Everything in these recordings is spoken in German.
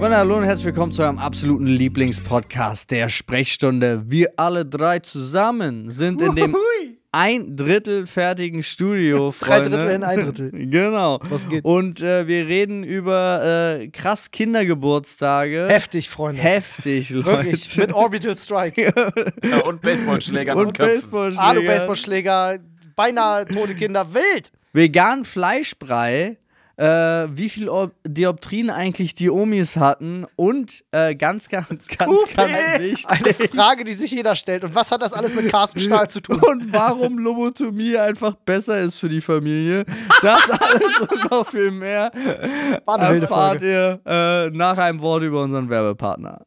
und hallo und herzlich willkommen zu eurem absoluten Lieblingspodcast der Sprechstunde. Wir alle drei zusammen sind in dem ein Drittel fertigen Studio. Drei Freunde. Drittel in ein Drittel. Genau. Was geht? Und äh, wir reden über äh, krass Kindergeburtstage. Heftig, Freunde. Heftig, Leute. Wirklich. Mit Orbital Strike. Ja, Äh, und Baseballschlägern und, Und Köpfen. Baseballschläger. Alu-Baseballschläger, beinahe tote Kinder, wild. Vegan Fleischbrei. Äh, wie viel Ob Dioptrien eigentlich die Omis hatten und äh, ganz, ganz, ganz, Coupé. ganz wichtig. Eine Frage, die sich jeder stellt. Und was hat das alles mit Carsten Stahl zu tun? Und warum Lobotomie einfach besser ist für die Familie. Das alles und noch viel mehr War eine wilde erfahrt Folge. ihr äh, nach einem Wort über unseren Werbepartner.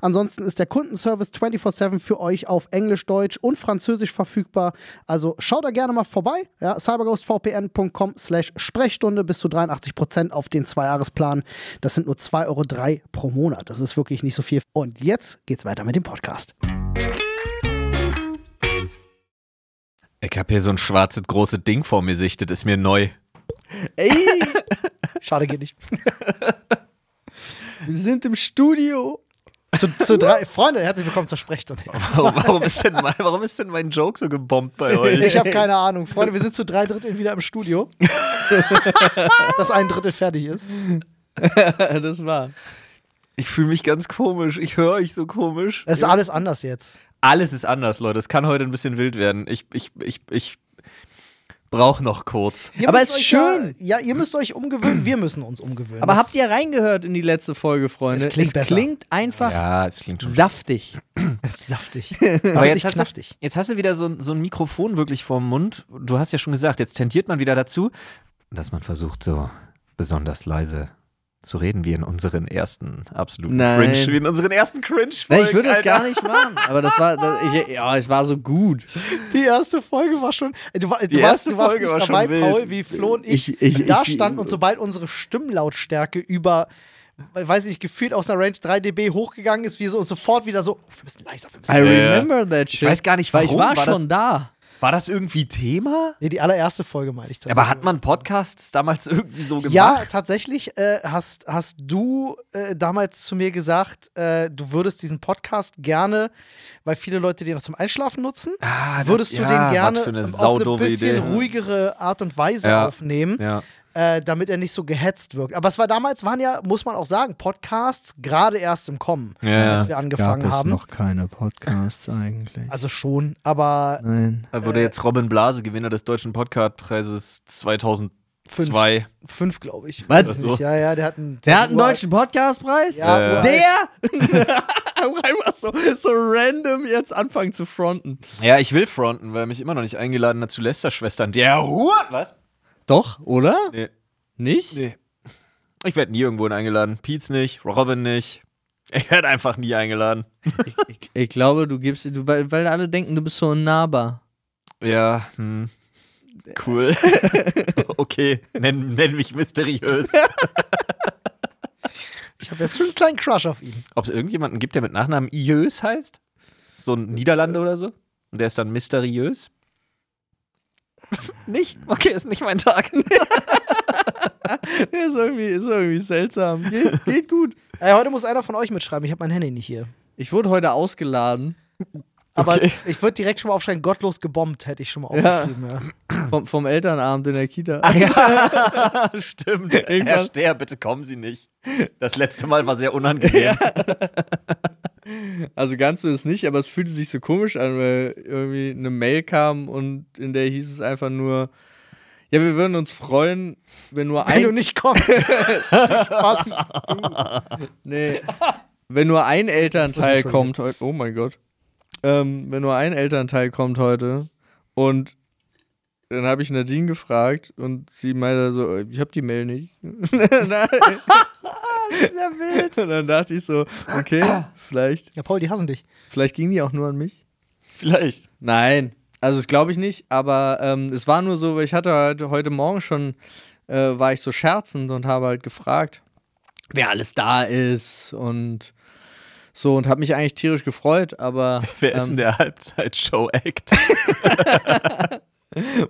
Ansonsten ist der Kundenservice 24-7 für euch auf Englisch, Deutsch und Französisch verfügbar. Also schaut da gerne mal vorbei. Ja, cyberghostvpn.com slash Sprechstunde bis zu 83% auf den Zweijahresplan. Das sind nur 2,03 Euro pro Monat. Das ist wirklich nicht so viel. Und jetzt geht's weiter mit dem Podcast. Ich hab hier so ein schwarzes großes Ding vor mir sichtet, ist mir neu. Ey, Schade geht nicht. wir sind im Studio. Zu, Also zu drei, Freunde, herzlich willkommen zur Sprechstunde. Warum, warum, ist denn mein, warum ist denn mein Joke so gebombt bei Ich euch? habe keine Ahnung. Freunde, wir sind zu drei Dritteln wieder im Studio. dass ein Drittel fertig ist. das war. Ich fühle mich ganz komisch. Ich höre euch so komisch. Es ist alles anders jetzt. Alles ist anders, Leute. Es kann heute ein bisschen wild werden. Ich, ich, ich, ich brauche noch kurz. Ihr Aber müsst es ist euch schön. Ja, ja, ihr müsst euch umgewöhnen. Wir müssen uns umgewöhnen. Aber Das- habt ihr reingehört in die letzte Folge, Freunde? Es klingt es besser. klingt einfach Ja, es klingt saftig. Das ist saftig. Aber jetzt hast, du, jetzt hast du wieder so, ein- so ein Mikrofon wirklich vorm Mund. Du hast ja schon gesagt, jetzt tendiert man wieder dazu, dass man versucht, so besonders leise zu reden, wie in unseren ersten absoluten Nein. Cringe. Wie in unseren ersten cringe Nein, ich würde das gar nicht machen. Aber das war, das, ich, ja, es war so gut. Die erste Folge war schon. Du, war, du Die warst, erste du warst Folge nicht war schon dabei, wild. Paul, wie Flo und ich, Ich- ich- da ich- standen und sobald unsere Stimmlautstärke über, weiß ich, gefühlt aus einer Range 3 dB hochgegangen ist, wir so und sofort wieder so, "Oh, wir müssen leiser, wir müssen. I Ja. remember that shit. weiß gar nicht, weil ich warum. war, War das- schon da. War das irgendwie Thema? Nee, die allererste Folge meine ich tatsächlich. Aber hat man Podcasts damals irgendwie so gemacht? Also Ja, tatsächlich äh, hast, hast du äh, damals zu mir gesagt, äh, du würdest diesen Podcast gerne, weil viele Leute den auch zum Einschlafen nutzen, Ah, das- würdest du ja, den gerne Was für eine auf eine saudoofe bisschen Idee. ruhigere Art und Weise Ja. aufnehmen. Ja. äh, damit er nicht so gehetzt wirkt. Aber es war damals, waren ja, muss man auch sagen, Podcasts gerade erst im Kommen, ne, Ja. als wir angefangen haben. keine Podcasts eigentlich. Also schon, aber Nein. Da Äh. wurde jetzt Robin Blase Gewinner des Deutschen Podcastpreises 2002. fünf, glaube ich. Was? Weiß Ach so. nicht. Ja, ja, der hat einen. Der hat einen uralt- deutschen Podcastpreis? Ja, Ja, ja. uralt. Der? Einfach so, so random jetzt anfangen zu fronten. Ja, ich will fronten, weil er mich immer noch nicht eingeladen hat zu Lester-Schwestern. Der Hurt! Was? Doch, oder? Nee. Nicht? Nee. Ich werde nie irgendwohin eingeladen. Pietz nicht, Robin nicht. Ich werde einfach nie eingeladen. Ich glaube, du gibst, du, weil, weil alle denken, du bist so ein Naber. Ja, hm. Cool. okay, nenn, nenn mich mysteriös. Ich habe jetzt schon einen kleinen Crush auf ihn. Ob es irgendjemanden gibt, der mit Nachnamen Iös heißt? So ein Niederlande oder so? Und der ist dann mysteriös? nicht? Okay, ist nicht mein Tag. Ist irgendwie, ist irgendwie seltsam. Geht, geht gut. Äh, Ey, heute muss einer von euch mitschreiben. Ich habe mein Handy nicht hier. Ich wurde heute ausgeladen. Aber ich würde direkt schon mal aufschreiben, gottlos gebombt, hätte ich schon mal Ja. aufgeschrieben. Ja. Vom, vom Elternabend in der Kita. Stimmt. Irgendwas- Herr Stehr, bitte kommen Sie nicht. Das letzte Mal war sehr unangenehm. Also ganz so ist nicht, aber es fühlte sich so komisch an, weil irgendwie eine Mail kam und in der hieß es einfach nur, ja, wir würden uns freuen, wenn nur Wenn du ein, nicht kommst. Spaß. nee, wenn nur ein Elternteil kommt heute. Oh mein Gott. Ähm, wenn nur ein Elternteil kommt heute und dann habe ich Nadine gefragt und sie meinte so, äh, ich habe die Mail nicht. Das ist ja wild. Und dann dachte ich so, okay, vielleicht, Ja, Paul, die hassen dich. vielleicht ging die auch nur an mich. Vielleicht. Nein, also das glaube ich nicht, aber ähm, es war nur so, weil ich hatte halt heute Morgen schon, äh, war ich so scherzend und habe halt gefragt, wer alles da ist und so und habe mich eigentlich tierisch gefreut, aber Wer ist denn ähm, der Halbzeit-Show-Act?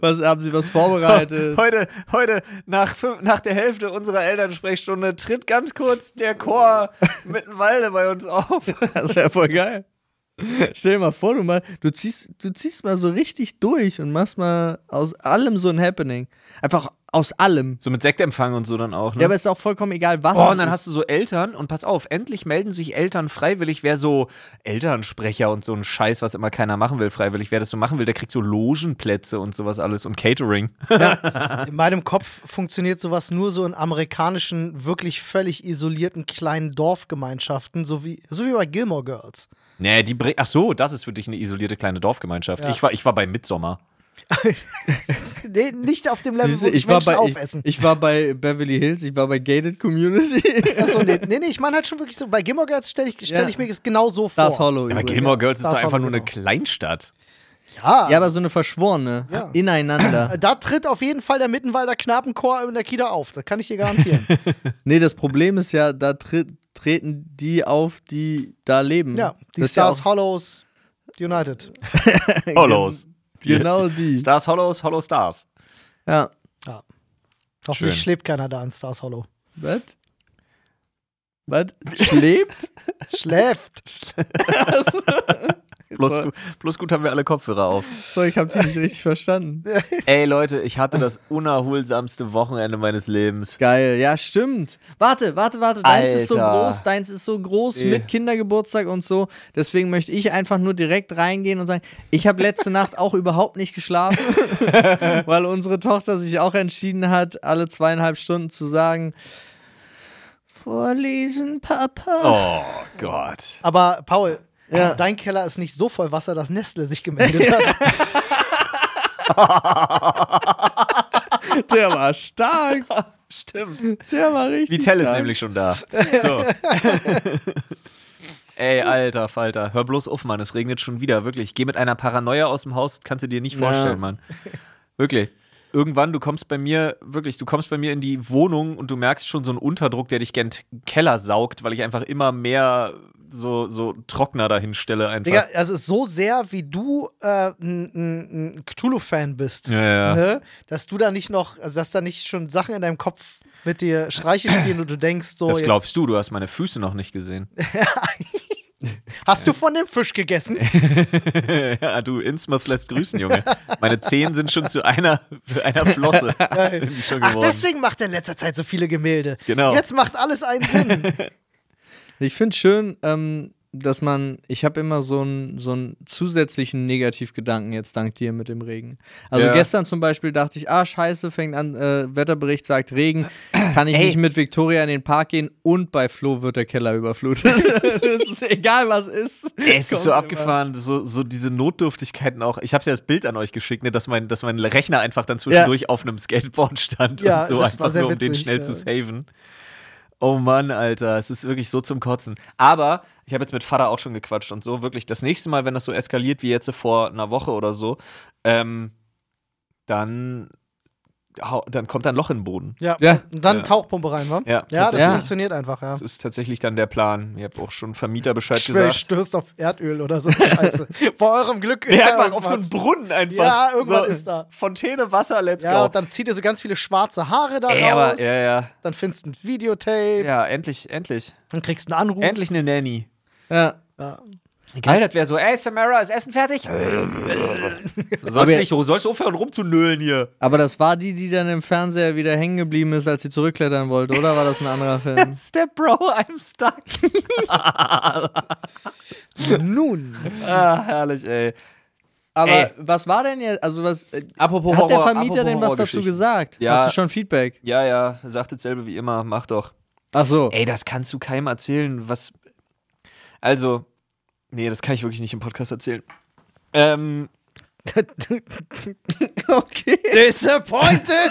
was haben Sie was vorbereitet? Heute, heute nach, fünf, nach der Hälfte unserer Elternsprechstunde tritt ganz kurz der Chor Mittenwalde bei uns auf. Das wäre voll geil. Stell dir mal vor, du, mal, du, ziehst, du ziehst mal so richtig durch und machst mal aus allem so ein Happening. Einfach aus allem. So mit Sektempfang und so dann auch, ne? Ja, aber ist auch vollkommen egal, was. Oh, es und dann ist. hast du so Eltern und pass auf, endlich melden sich Eltern freiwillig, wer so Elternsprecher und so ein Scheiß, was immer keiner machen will, freiwillig, wer das so machen will, der kriegt so Logenplätze und sowas alles und Catering. In meinem Kopf funktioniert sowas nur so in amerikanischen, wirklich völlig isolierten kleinen Dorfgemeinschaften, so wie, so wie bei Gilmore Girls. Nee, die bring- Ach so, das ist für dich eine isolierte kleine Dorfgemeinschaft. Ja. Oh, Ich, war, ich war bei Midsommer. Nee, nicht auf dem Level, Siehst wo du, sich ich, war Menschen bei, ich, aufessen. ich war bei Beverly Hills, ich war bei Gated Community. Achso, nee, nee, nee, ich meine halt schon wirklich so, bei Gilmore Girls stelle ich, stell Ja. ich mir das genau so vor. Das Hollow. Aber übrigens. Gilmore Girls ist Das doch einfach haben nur wir eine noch. Kleinstadt. Ja, Ja, aber so eine verschworene. Ja. Ineinander. da tritt auf jeden Fall der Mittenwalder Knabenchor in der Kita auf, das kann ich dir garantieren. nee, das Problem ist ja, da tre treten die auf, die da leben. ja, die das ist Stars ja Hollows United. auch, Hollows. Die- Genau die. Oh, Stars Hollows, Hollow Stars. Ja. Hoffentlich Schön. schläft keiner da in Stars Hollow. Was? Was? Schlebt? Schläft. Bloß, war- gu- bloß gut haben wir alle Kopfhörer auf. So, ich hab die nicht richtig verstanden. Ey Leute, ich hatte das unerholsamste Wochenende meines Lebens. Geil, ja, stimmt. Warte, warte, warte. Deins ist so Alter. groß, deins ist so groß Nee. mit Kindergeburtstag und so. Deswegen möchte ich einfach nur direkt reingehen und sagen, ich habe letzte Nacht auch überhaupt nicht geschlafen, weil unsere Tochter sich auch entschieden hat, alle zweieinhalb Stunden zu sagen, vorlesen, Papa. Genau. Oh Gott. Aber Paul, Ja. dein Keller ist nicht so voll Wasser, dass Nestle sich gemeldet hat. Der war stark, Oh. Stimmt. der war richtig Vitell ist stark. nämlich schon da. So. Ey, alter Falter, hör bloß auf, Mann, es regnet schon wieder, wirklich. Geh mit einer Paranoia aus dem Haus, kannst du dir nicht Ja. vorstellen, Mann. Wirklich. Irgendwann, du kommst bei mir, wirklich, du kommst bei mir in die Wohnung und du merkst schon so einen Unterdruck, der dich gern t- Keller saugt, weil ich einfach immer mehr so, so Trockner dahin stelle einfach. Digga, das ist so sehr, wie du äh, ein- ein ein Cthulhu-Fan bist. Ja, ja. Ne? Dass du da nicht noch, also dass da nicht schon Sachen in deinem Kopf mit dir Streiche spielen und du denkst so. das jetzt- glaubst du, du hast meine Füße noch nicht gesehen. Hast du von dem Fisch gegessen? ja, du, Innsmouth lässt grüßen, Junge. Meine Zehen sind schon zu einer, einer Flosse. Bin ich schon Ach, geworden. deswegen macht er in letzter Zeit so viele Gemälde. Genau. Jetzt macht alles einen Sinn. Ich finde schön, ähm, dass man, ich habe immer so einen so einen zusätzlichen Negativgedanken jetzt dank dir mit dem Regen. Also Ja. gestern zum Beispiel dachte ich, ah scheiße, fängt an, äh, Wetterbericht sagt Regen, kann ich nicht mit Victoria in den Park gehen und bei Flo wird der Keller überflutet. das ist egal, was ist. Ey, es ist so Kommt abgefahren, so, so diese Notdürftigkeiten auch. Ich habe ja das Bild an euch geschickt, ne, dass, mein, dass mein Rechner einfach dann zwischendurch auf einem Skateboard stand Ja, und so das war einfach sehr nur, um den witzig, schnell ja. zu saven. Oh Mann, Alter, es ist wirklich so zum Kotzen. Aber ich habe jetzt mit Vater auch schon gequatscht und so, wirklich das nächste Mal, wenn das so eskaliert wie jetzt vor einer Woche oder so, ähm, dann, hau- dann kommt da ein Loch in den Boden. Ja. Ja. Und dann Ja. Tauchpumpe rein, wa? Ja, Ja, das tatsächlich. funktioniert einfach, ja. Das ist tatsächlich dann der Plan. Ihr habt auch schon Vermieter Bescheid Ich schwöre, gesagt. ich stößt auf Erdöl oder so. Scheiße. Bei eurem Glück ist Ja, da einfach auf so einen irgendwas. Brunnen einfach. Ja, irgendwas so, ist da. Fontäne, Wasser, let's Ja, go. und dann zieht ihr so ganz viele schwarze Haare da Ey, raus. aber, ja, ja. Dann findest du ein Videotape, Ja, endlich, endlich. dann kriegst du einen Anruf. Endlich eine Nanny. Ja. Ja. Geil, das wäre so, ey Samara, ist Essen fertig? Aber- sollst nicht, sollst aufhören rumzunölen hier. Aber das war die, die dann im Fernseher wieder hängen geblieben ist, als sie zurückklettern wollte, oder war das ein anderer Film? Step Bro, I'm stuck. Nun, Ah, herrlich, ey. Aber Ey. was war denn jetzt, also was, äh, Apropos hat der Oh, Horror- Vermieter apropos denn was dazu Horrorgeschichten. gesagt? Ja. Hast du schon Feedback? Ja, ja, sagt dasselbe wie immer, mach doch. Ach so. Ey, das kannst du keinem erzählen, was. Also, nee, das kann ich wirklich nicht im Podcast erzählen. Ähm, Okay. disappointed!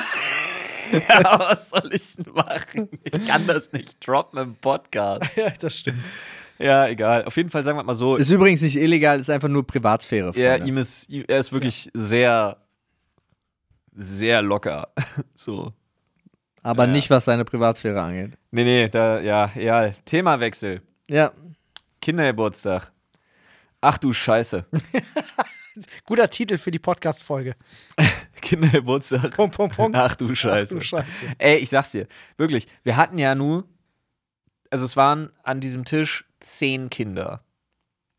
ja, was soll ich denn machen? Ich kann das nicht droppen im Podcast. ja, das stimmt. Ja, egal. Auf jeden Fall sagen wir mal so. Ist übrigens nicht illegal, ist einfach nur Privatsphäre. er, Freunde. ihm ist, ihm, er ist wirklich sehr, sehr locker. So. Aber Ja. nicht, was seine Privatsphäre angeht. Nee, nee, da, ja, ja. Themawechsel. Ja. Kindergeburtstag. Ach du Scheiße. Guter Titel für die Podcast-Folge. Kindergeburtstag. Punkt, Punkt, Punkt. Ach du Scheiße. Du Scheiße. Ey, ich sag's dir, wirklich, wir hatten ja nur, also es waren an diesem Tisch zehn Kinder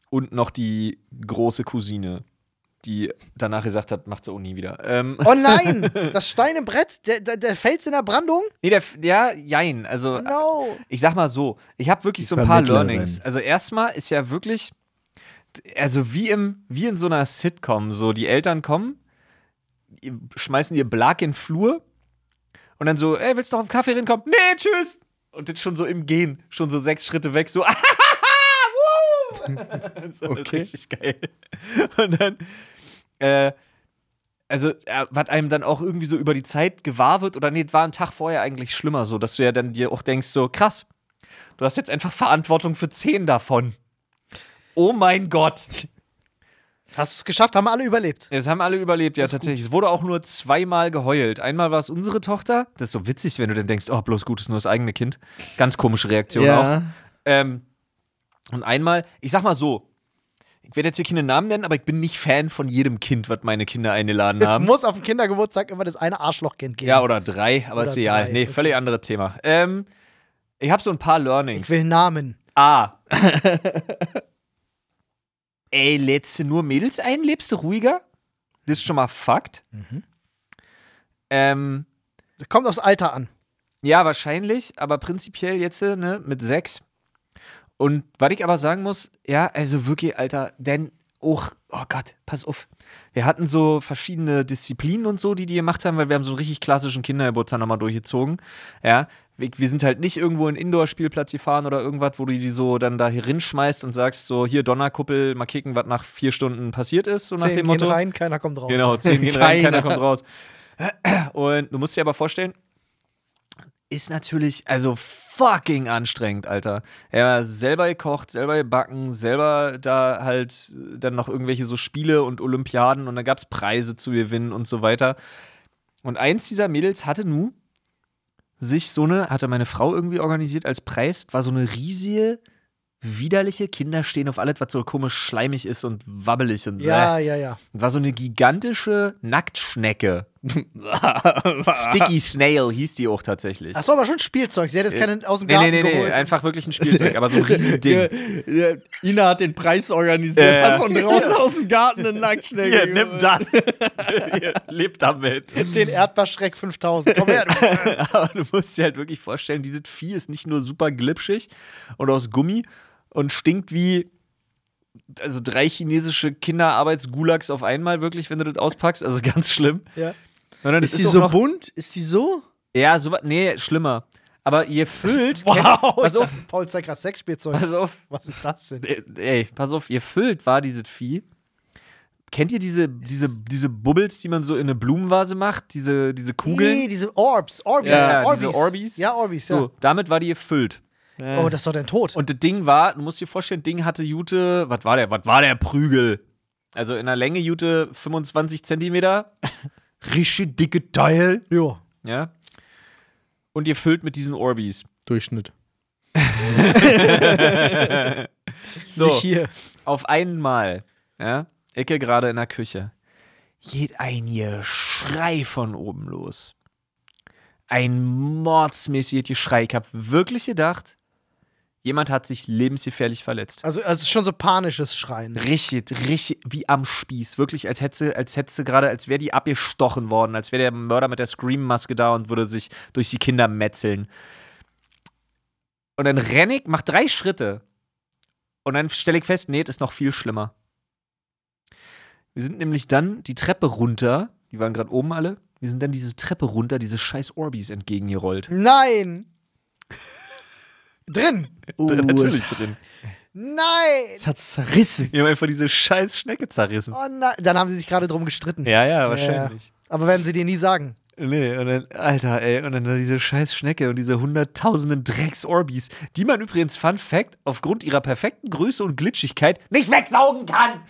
und noch die große Cousine, die danach gesagt hat, macht sie auch nie wieder. Ähm, Oh nein! Das Stein im Brett, der, der, der Fels in der Brandung? nee, der, ja, jein, also No! ich sag mal so, ich habe wirklich Die so ein paar Vermittlerin. Learnings. Also erstmal ist ja wirklich, also wie im, wie in so einer Sitcom, so die Eltern kommen, schmeißen ihr Blag in den Flur und dann so, ey, willst du noch auf den Kaffee reinkommen? Nee, tschüss! Und jetzt schon so im Gehen, schon so sechs Schritte weg, so, "Ah, wuhu! so Okay. Richtig geil. Und dann, äh, also, äh, was einem dann auch irgendwie so über die Zeit gewahr wird, oder nee, war ein Tag vorher eigentlich schlimmer, so, dass du ja dann dir auch denkst, so, krass, du hast jetzt einfach Verantwortung für zehn davon. Oh mein Gott. Hast du es geschafft? Haben wir alle überlebt. Es haben alle überlebt, ja, tatsächlich. Es wurde auch nur zweimal geheult. Einmal war es unsere Tochter. Das ist so witzig, wenn du dann denkst, oh, bloß gut ist nur das eigene Kind. Ganz komische Reaktion auch. Ja. Ähm, und einmal, ich sag mal so, ich werde jetzt hier keine Namen nennen, aber ich bin nicht Fan von jedem Kind, was meine Kinder eingeladen Es haben. muss auf dem Kindergeburtstag immer das eine Arschlochkind geben. Ja, oder drei, aber Oder ist egal. drei, Nee, okay. völlig anderes Thema. Ähm, ich habe so ein paar Learnings. ich will Namen. A. Ey, lädst du nur Mädels ein? Lebst du ruhiger? Das ist schon mal Fakt. Ähm, Das kommt aufs Alter an. ja, wahrscheinlich, aber prinzipiell jetzt ne, mit sechs. Und was ich aber sagen muss, ja, also wirklich, Alter, denn, och, oh Gott, pass auf. Wir hatten so verschiedene Disziplinen und so, die die gemacht haben, weil wir haben so einen richtig klassischen Kindergeburtstag nochmal durchgezogen. Ja, wir, wir sind halt nicht irgendwo in einen Indoor-Spielplatz gefahren oder irgendwas, wo du die so dann da hier rinschmeißt und sagst so, hier Donnerkuppel, mal kicken, was nach vier Stunden passiert ist, so nach Zehn dem Motto. gehen rein, keiner kommt raus. Genau, zehn gehen rein, Keiner. keiner kommt raus. Und du musst dir aber vorstellen, ist natürlich, also fucking anstrengend, Alter. Er hat selber gekocht, selber gebacken, selber da halt dann noch irgendwelche so Spiele und Olympiaden und da gab es Preise zu gewinnen und so weiter. Und eins dieser Mädels hatte nu sich so eine, hatte meine Frau irgendwie organisiert als Preis, war so eine riesige, widerliche Kinder stehen auf alles, was so komisch schleimig ist und wabbelig und bläh. Ja, ja, ja. Das war so eine gigantische Nacktschnecke. Sticky Snail hieß die auch tatsächlich. Achso, aber schon Spielzeug. Sie hat jetzt keinen aus dem Nee, Garten nee, nee, nee, geholt. einfach wirklich ein Spielzeug, aber so ein Riesending. Ja, Ina hat den Preis organisiert, Äh. hat von draußen aus dem Garten eine Nacktschnecke. geholt. das. Hier, leb damit. Den Erdbeerschreck 5000. Komm her. du- Aber du musst dir halt wirklich vorstellen, dieses Vieh ist nicht nur super glitschig und aus Gummi und stinkt wie also drei chinesische Kinderarbeitsgulags auf einmal wirklich, wenn du das auspackst. Also ganz schlimm. ja. Sondern Ist es sie auch so noch- bunt? Ist sie so? Ja, sowas. Nee, schlimmer. Aber ihr füllt. Wow, pass ich auf, dachte, Paul zeigt gerade Sexspielzeug. pass auf. Was ist das denn? Ey, Äh, Ey, pass auf, ihr füllt war dieses Vieh. Kennt ihr diese, diese, diese Bubbles, die man so in eine Blumenvase macht? Diese, diese Nee, Kugeln? diese Orbs. Orbis. Ja, Orbis. diese Orbis. Ja, Orbis, ja. So, damit war die gefüllt. Oh, das ist doch dein Tod. Und das Ding war, du musst dir vorstellen, Ding hatte Jute, was war der, was war der Prügel? Also in der Länge Jute 25 Zentimeter. Richtig dicke Teil. jo. Ja. Und ihr füllt mit diesen Orbis. Durchschnitt. So. Nicht hier. auf einmal, ja, Ecke gerade in der Küche, geht ein Geschrei von oben los. Ein mordsmäßiges Geschrei. Ich habe wirklich gedacht, Jemand hat sich lebensgefährlich verletzt. Also, also es ist schon so panisches Schreien. Richtig, richtig, wie am Spieß. Wirklich, als hätte sie, als hätte sie gerade, als wäre die abgestochen worden, als wäre der Mörder mit der Scream-Maske da und würde sich durch die Kinder metzeln. Und dann renne ich, mach drei Schritte. Und dann stelle ich fest, nee, das ist noch viel schlimmer. Wir sind nämlich dann die Treppe runter, die waren gerade oben alle, wir sind dann diese Treppe runter, diese scheiß Orbis entgegengerollt. Nein! Drin! Oh, Natürlich drin. Nein! Das hat zerrissen. Wir haben einfach diese scheiß Schnecke zerrissen. Oh nein! Dann haben sie sich gerade drum gestritten. Ja, ja, Aber werden sie dir nie sagen. Nee, und dann, Alter, ey, und dann da diese scheiß Schnecke und diese hunderttausenden Drecks-Orbis, die man übrigens, Fun Fact, aufgrund ihrer perfekten Größe und Glitschigkeit nicht wegsaugen kann.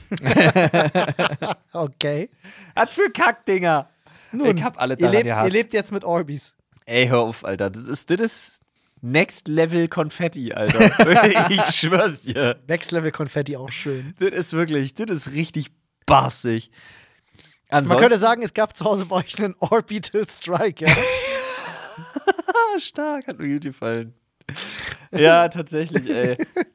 Okay. Was für Kackdinger. Nun, ich hab alle Ihr daran lebt, ihr gehasst. lebt jetzt mit Orbis. Ey, hör auf, Alter. Das ist, das ist Next Level Konfetti, Alter. ich schwör's dir. Next Level Konfetti auch schön. Das ist wirklich, das ist richtig barstig. Man Ansonsten, könnte sagen, es gab zu Hause bei euch einen Orbital Strike. Ja? ah, stark, hat mir gut gefallen. ja, tatsächlich, ey.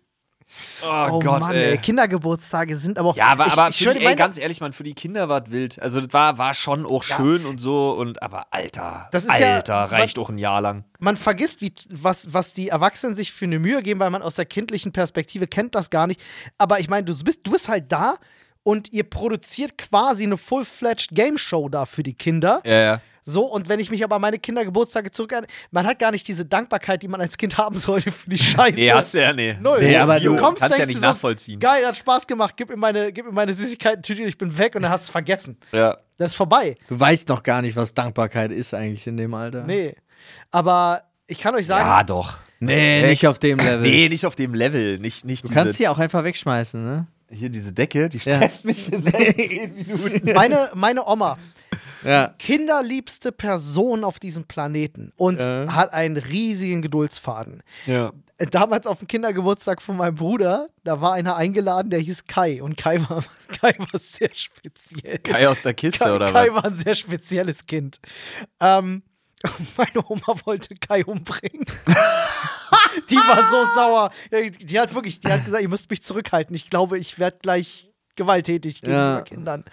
Oh, Oh Gott, Mann, ey. Kindergeburtstage sind aber auch. Ja, aber, ich, aber ich für schwör die, dir, ey, meine- ganz ehrlich, Mann, für die Kinder war es wild. Also das war, war schon auch schön und so, und aber Alter, Das ist ja- Alter, reicht auch ein Jahr lang. man vergisst, wie, was, was die Erwachsenen sich für eine Mühe geben, weil man aus der kindlichen Perspektive kennt das gar nicht. Aber ich meine, du bist, du bist halt da und ihr produziert quasi eine full-fledged Game-Show da für die Kinder. Ja, ja. So, und wenn ich mich aber an meine Kindergeburtstage zurückerinnere, man hat gar nicht diese Dankbarkeit, die man als Kind haben sollte für die Scheiße. Nee, hast du ja, nee. Null. Nee, aber du kannst ja denkst nicht du nachvollziehen. Geil, hat Spaß gemacht, gib mir meine, gib mir meine Süßigkeiten-Tüte, ich bin weg und dann hast du es vergessen. Ja. Das ist vorbei. Du weißt noch gar nicht, was Dankbarkeit ist eigentlich in dem Alter. Nee. Aber ich kann euch sagen, ja, doch. Nee, Ex- nicht auf dem Level. Nee, nicht auf dem Level. Nicht, nicht Du diese, kannst sie auch einfach wegschmeißen, ne? hier diese Decke, die Ja. stresst mich hier seit 10 Minuten. meine, meine Oma, Ja. kinderliebste Person auf diesem Planeten und Ja. hat einen riesigen Geduldsfaden. Ja. Damals auf dem Kindergeburtstag von meinem Bruder, da war einer eingeladen, der hieß Kai. Und Kai war, Kai war sehr speziell. Kai aus der Kiste, Kai, oder Kai was? war ein sehr spezielles Kind. Ähm, meine Oma wollte Kai umbringen. die war so sauer. Ja, Die die hat wirklich, die hat gesagt, ihr müsst mich zurückhalten. Ich glaube, ich werde gleich gewalttätig gegenüber Ja. Kindern.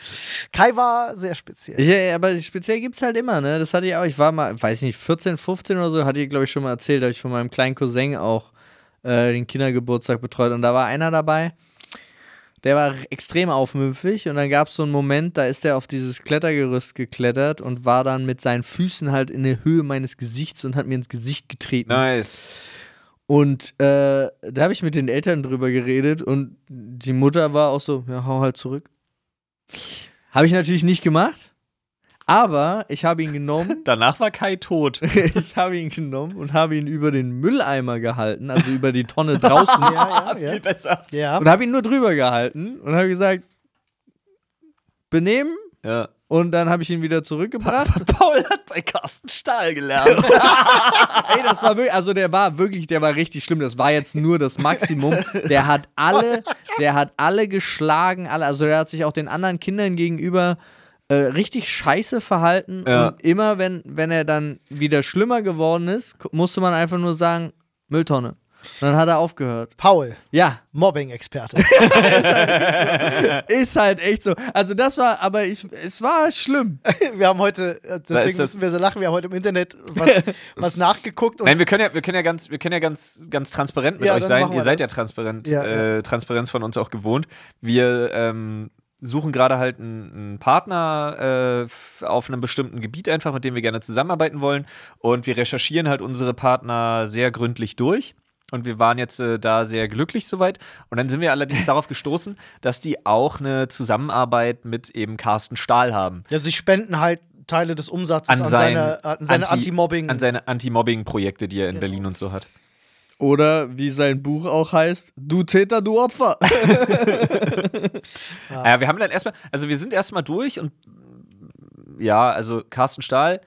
Kai war sehr speziell. Ich, äh, aber speziell gibt's halt immer, ne? Das hatte ich auch. Ich war mal, weiß nicht, 14, 15 oder so, hatte ich, glaube ich, schon mal erzählt, habe ich von meinem kleinen Cousin auch äh, den Kindergeburtstag betreut. Und da war einer dabei, der war r- extrem aufmüpfig. Und dann gab's so einen Moment, da ist er auf dieses Klettergerüst geklettert und war dann mit seinen Füßen halt in der Höhe meines Gesichts und hat mir ins Gesicht getreten. Nice. Und äh, da habe ich mit den Eltern drüber geredet und die Mutter war auch so, ja, hau halt zurück. Habe ich natürlich nicht gemacht, aber ich habe ihn genommen, Danach war Kai tot. ich habe ihn genommen und habe ihn über den Mülleimer gehalten, also über die Tonne draußen Ja, ja, ja. Viel besser. ja. und habe ihn nur drüber gehalten und habe gesagt, benehmen Ja. und dann habe ich ihn wieder zurückgebracht. Paul hat bei Carsten Stahl gelernt. Ey, das war wirklich, also der war wirklich, der war richtig schlimm. Das war jetzt nur das Maximum. Der hat alle, der hat alle geschlagen, alle, also der hat sich auch den anderen Kindern gegenüber äh, richtig scheiße verhalten. Ja. Und immer wenn, wenn er dann wieder schlimmer geworden ist, k- musste man einfach nur sagen, Mülltonne. Und dann hat er aufgehört. Paul, Ja, Mobbing-Experte. ist halt echt so. Also das war, aber ich, es war schlimm. wir haben heute, äh, deswegen ist das- müssen wir so lachen, wir haben heute im Internet was, was nachgeguckt und Nein, wir können ja, wir können ja ganz, wir können ja ganz, ganz transparent mit Ja, euch dann sein. machen wir Ihr seid das. ja transparent, Ja, äh, Transparenz von uns auch gewohnt. Wir ähm, suchen gerade halt einen, einen Partner äh, f- auf einem bestimmten Gebiet einfach, mit dem wir gerne zusammenarbeiten wollen. Und wir recherchieren halt unsere Partner sehr gründlich durch. Und wir waren jetzt äh, da sehr glücklich soweit. Und dann sind wir allerdings darauf gestoßen, dass die auch eine Zusammenarbeit mit eben Carsten Stahl haben. ja, sie spenden halt Teile des Umsatzes an, sein seine, an seine Anti- Anti-Mobbing. Genau. An seine Anti-Mobbing-Projekte, die er in Berlin und so hat. Oder wie sein Buch auch heißt, du Täter, du Opfer. Ja, wir haben dann erstmal, also wir sind erstmal durch und ja, also Carsten Stahl,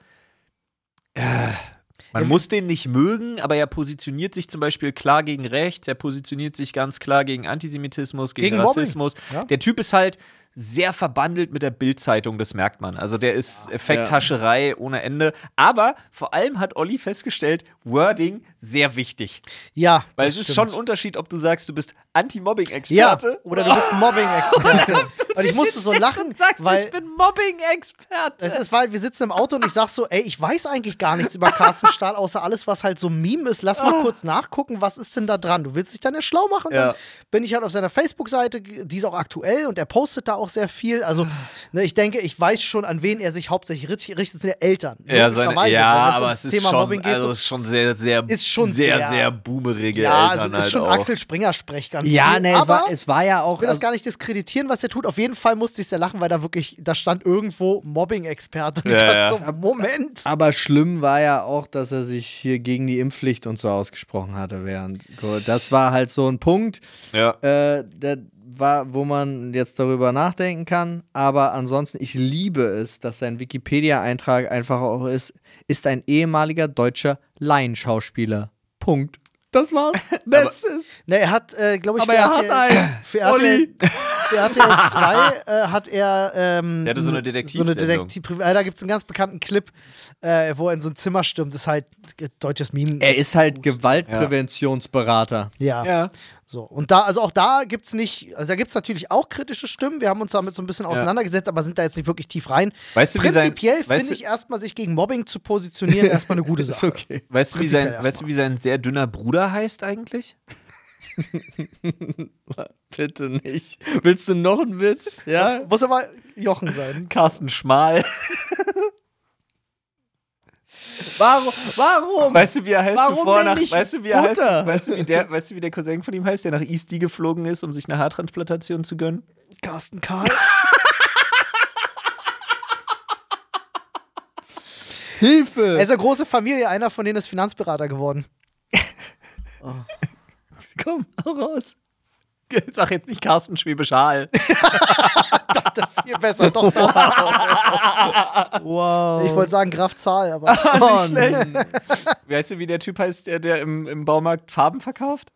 Man muss den nicht mögen, aber er positioniert sich zum Beispiel klar gegen rechts, er positioniert sich ganz klar gegen Antisemitismus, gegen, Gegen Mobbing. Rassismus. Ja. Der Typ ist halt sehr verbandelt mit der Bild-Zeitung, das merkt man. Also der ist Effekthascherei ohne Ende. Aber vor allem hat Olli festgestellt, Wording sehr wichtig. Ja. Weil das es ist stimmt. schon ein Unterschied, ob du sagst, du bist Anti-Mobbing-Experte Ja, oder du bist Mobbing-Experte. und ich musste so lachen, und sagst, weil ich bin Mobbing-Experte. es ist, weil wir sitzen im Auto und ich sag so, ey, ich weiß eigentlich gar nichts über Carsten Stahl, außer alles, was halt so Meme ist. Lass mal kurz nachgucken, was ist denn da dran? Du willst dich dann ja schlau machen. Und Dann Ah. Ja. bin ich halt auf seiner Facebook-Seite, die ist auch aktuell und er postet da auch sehr viel. Also, ne, ich denke, ich weiß schon, an wen er sich hauptsächlich richt- richtet, sind ja Eltern. Ja, seine, Logischerweise, wenn ja wenn's aber ums es ist, Thema schon, Mobbing geht, also so- es ist schon sehr, sehr, Ist schon sehr, sehr- sehr, boomerige ja, Eltern also es ist halt schon auch. Axel Springer Sprech ganz Ja, viel. ne, es aber war, es war ja ich auch. will das Also, gar nicht diskreditieren, was er tut. Auf jeden Fall musste ich sehr lachen, weil da wirklich, da stand irgendwo Mobbing-Experte. Und ich Ja, dachte ja. so, Moment. aber schlimm war ja auch, dass er sich hier gegen die Impfpflicht und so ausgesprochen hatte während. Covid. Das war halt so ein Punkt, Ja. äh, der war, wo man jetzt darüber nachdenken kann. Aber ansonsten, ich liebe es, dass sein Wikipedia-Eintrag einfach auch ist, ist ein ehemaliger deutscher Laienschauspieler. Punkt. Das war's. That's it. Ne, er hat, äh, glaube ich, Aber für er hat RTL einen. Für RTL, Olli. für RTL 2 äh, hat er. Ähm, Der hatte so So eine eine Detektivsendung. Detektiv- äh, da gibt es einen ganz bekannten Clip, äh, wo er in so ein Zimmer stürmt. Das ist halt äh, deutsches Meme. Er ist halt Gewaltpräventionsberater. Ja. Ja. So. Und da, also auch da gibt es nicht, also da gibt es natürlich auch kritische Stimmen. Wir haben uns damit so ein bisschen auseinandergesetzt, aber sind da jetzt nicht wirklich tief rein. Weißt du, wie sein- Prinzipiell weißt finde du- ich erstmal, sich gegen Mobbing zu positionieren, erstmal eine gute Ist Sache. okay. Weißt, du, wie Prinzipiell sein, weißt du, wie sein sehr dünner Bruder heißt eigentlich? Bitte nicht. Willst du noch einen Witz? Ja? Muss aber Jochen sein. Carsten Schmal. Warum? Warum? Weißt du, wie er heißt, Warum bevor er denn nach. nicht Weißt du, wie er heißt, Butter? weißt, du, wie der, weißt du, wie der Cousin von ihm heißt, der nach East D geflogen ist, um sich eine Haartransplantation zu gönnen? Carsten Karl. Er Hilfe! ist eine große Familie, einer von denen ist Finanzberater geworden. Komm, hau raus. Sag jetzt nicht Carsten Schwäbisch Haal. Viel besser, doch. Wow. Ich wollte sagen Graf Zahl, aber. Oh, Weißt du, wie der Typ heißt, der, der im, im Baumarkt Farben verkauft?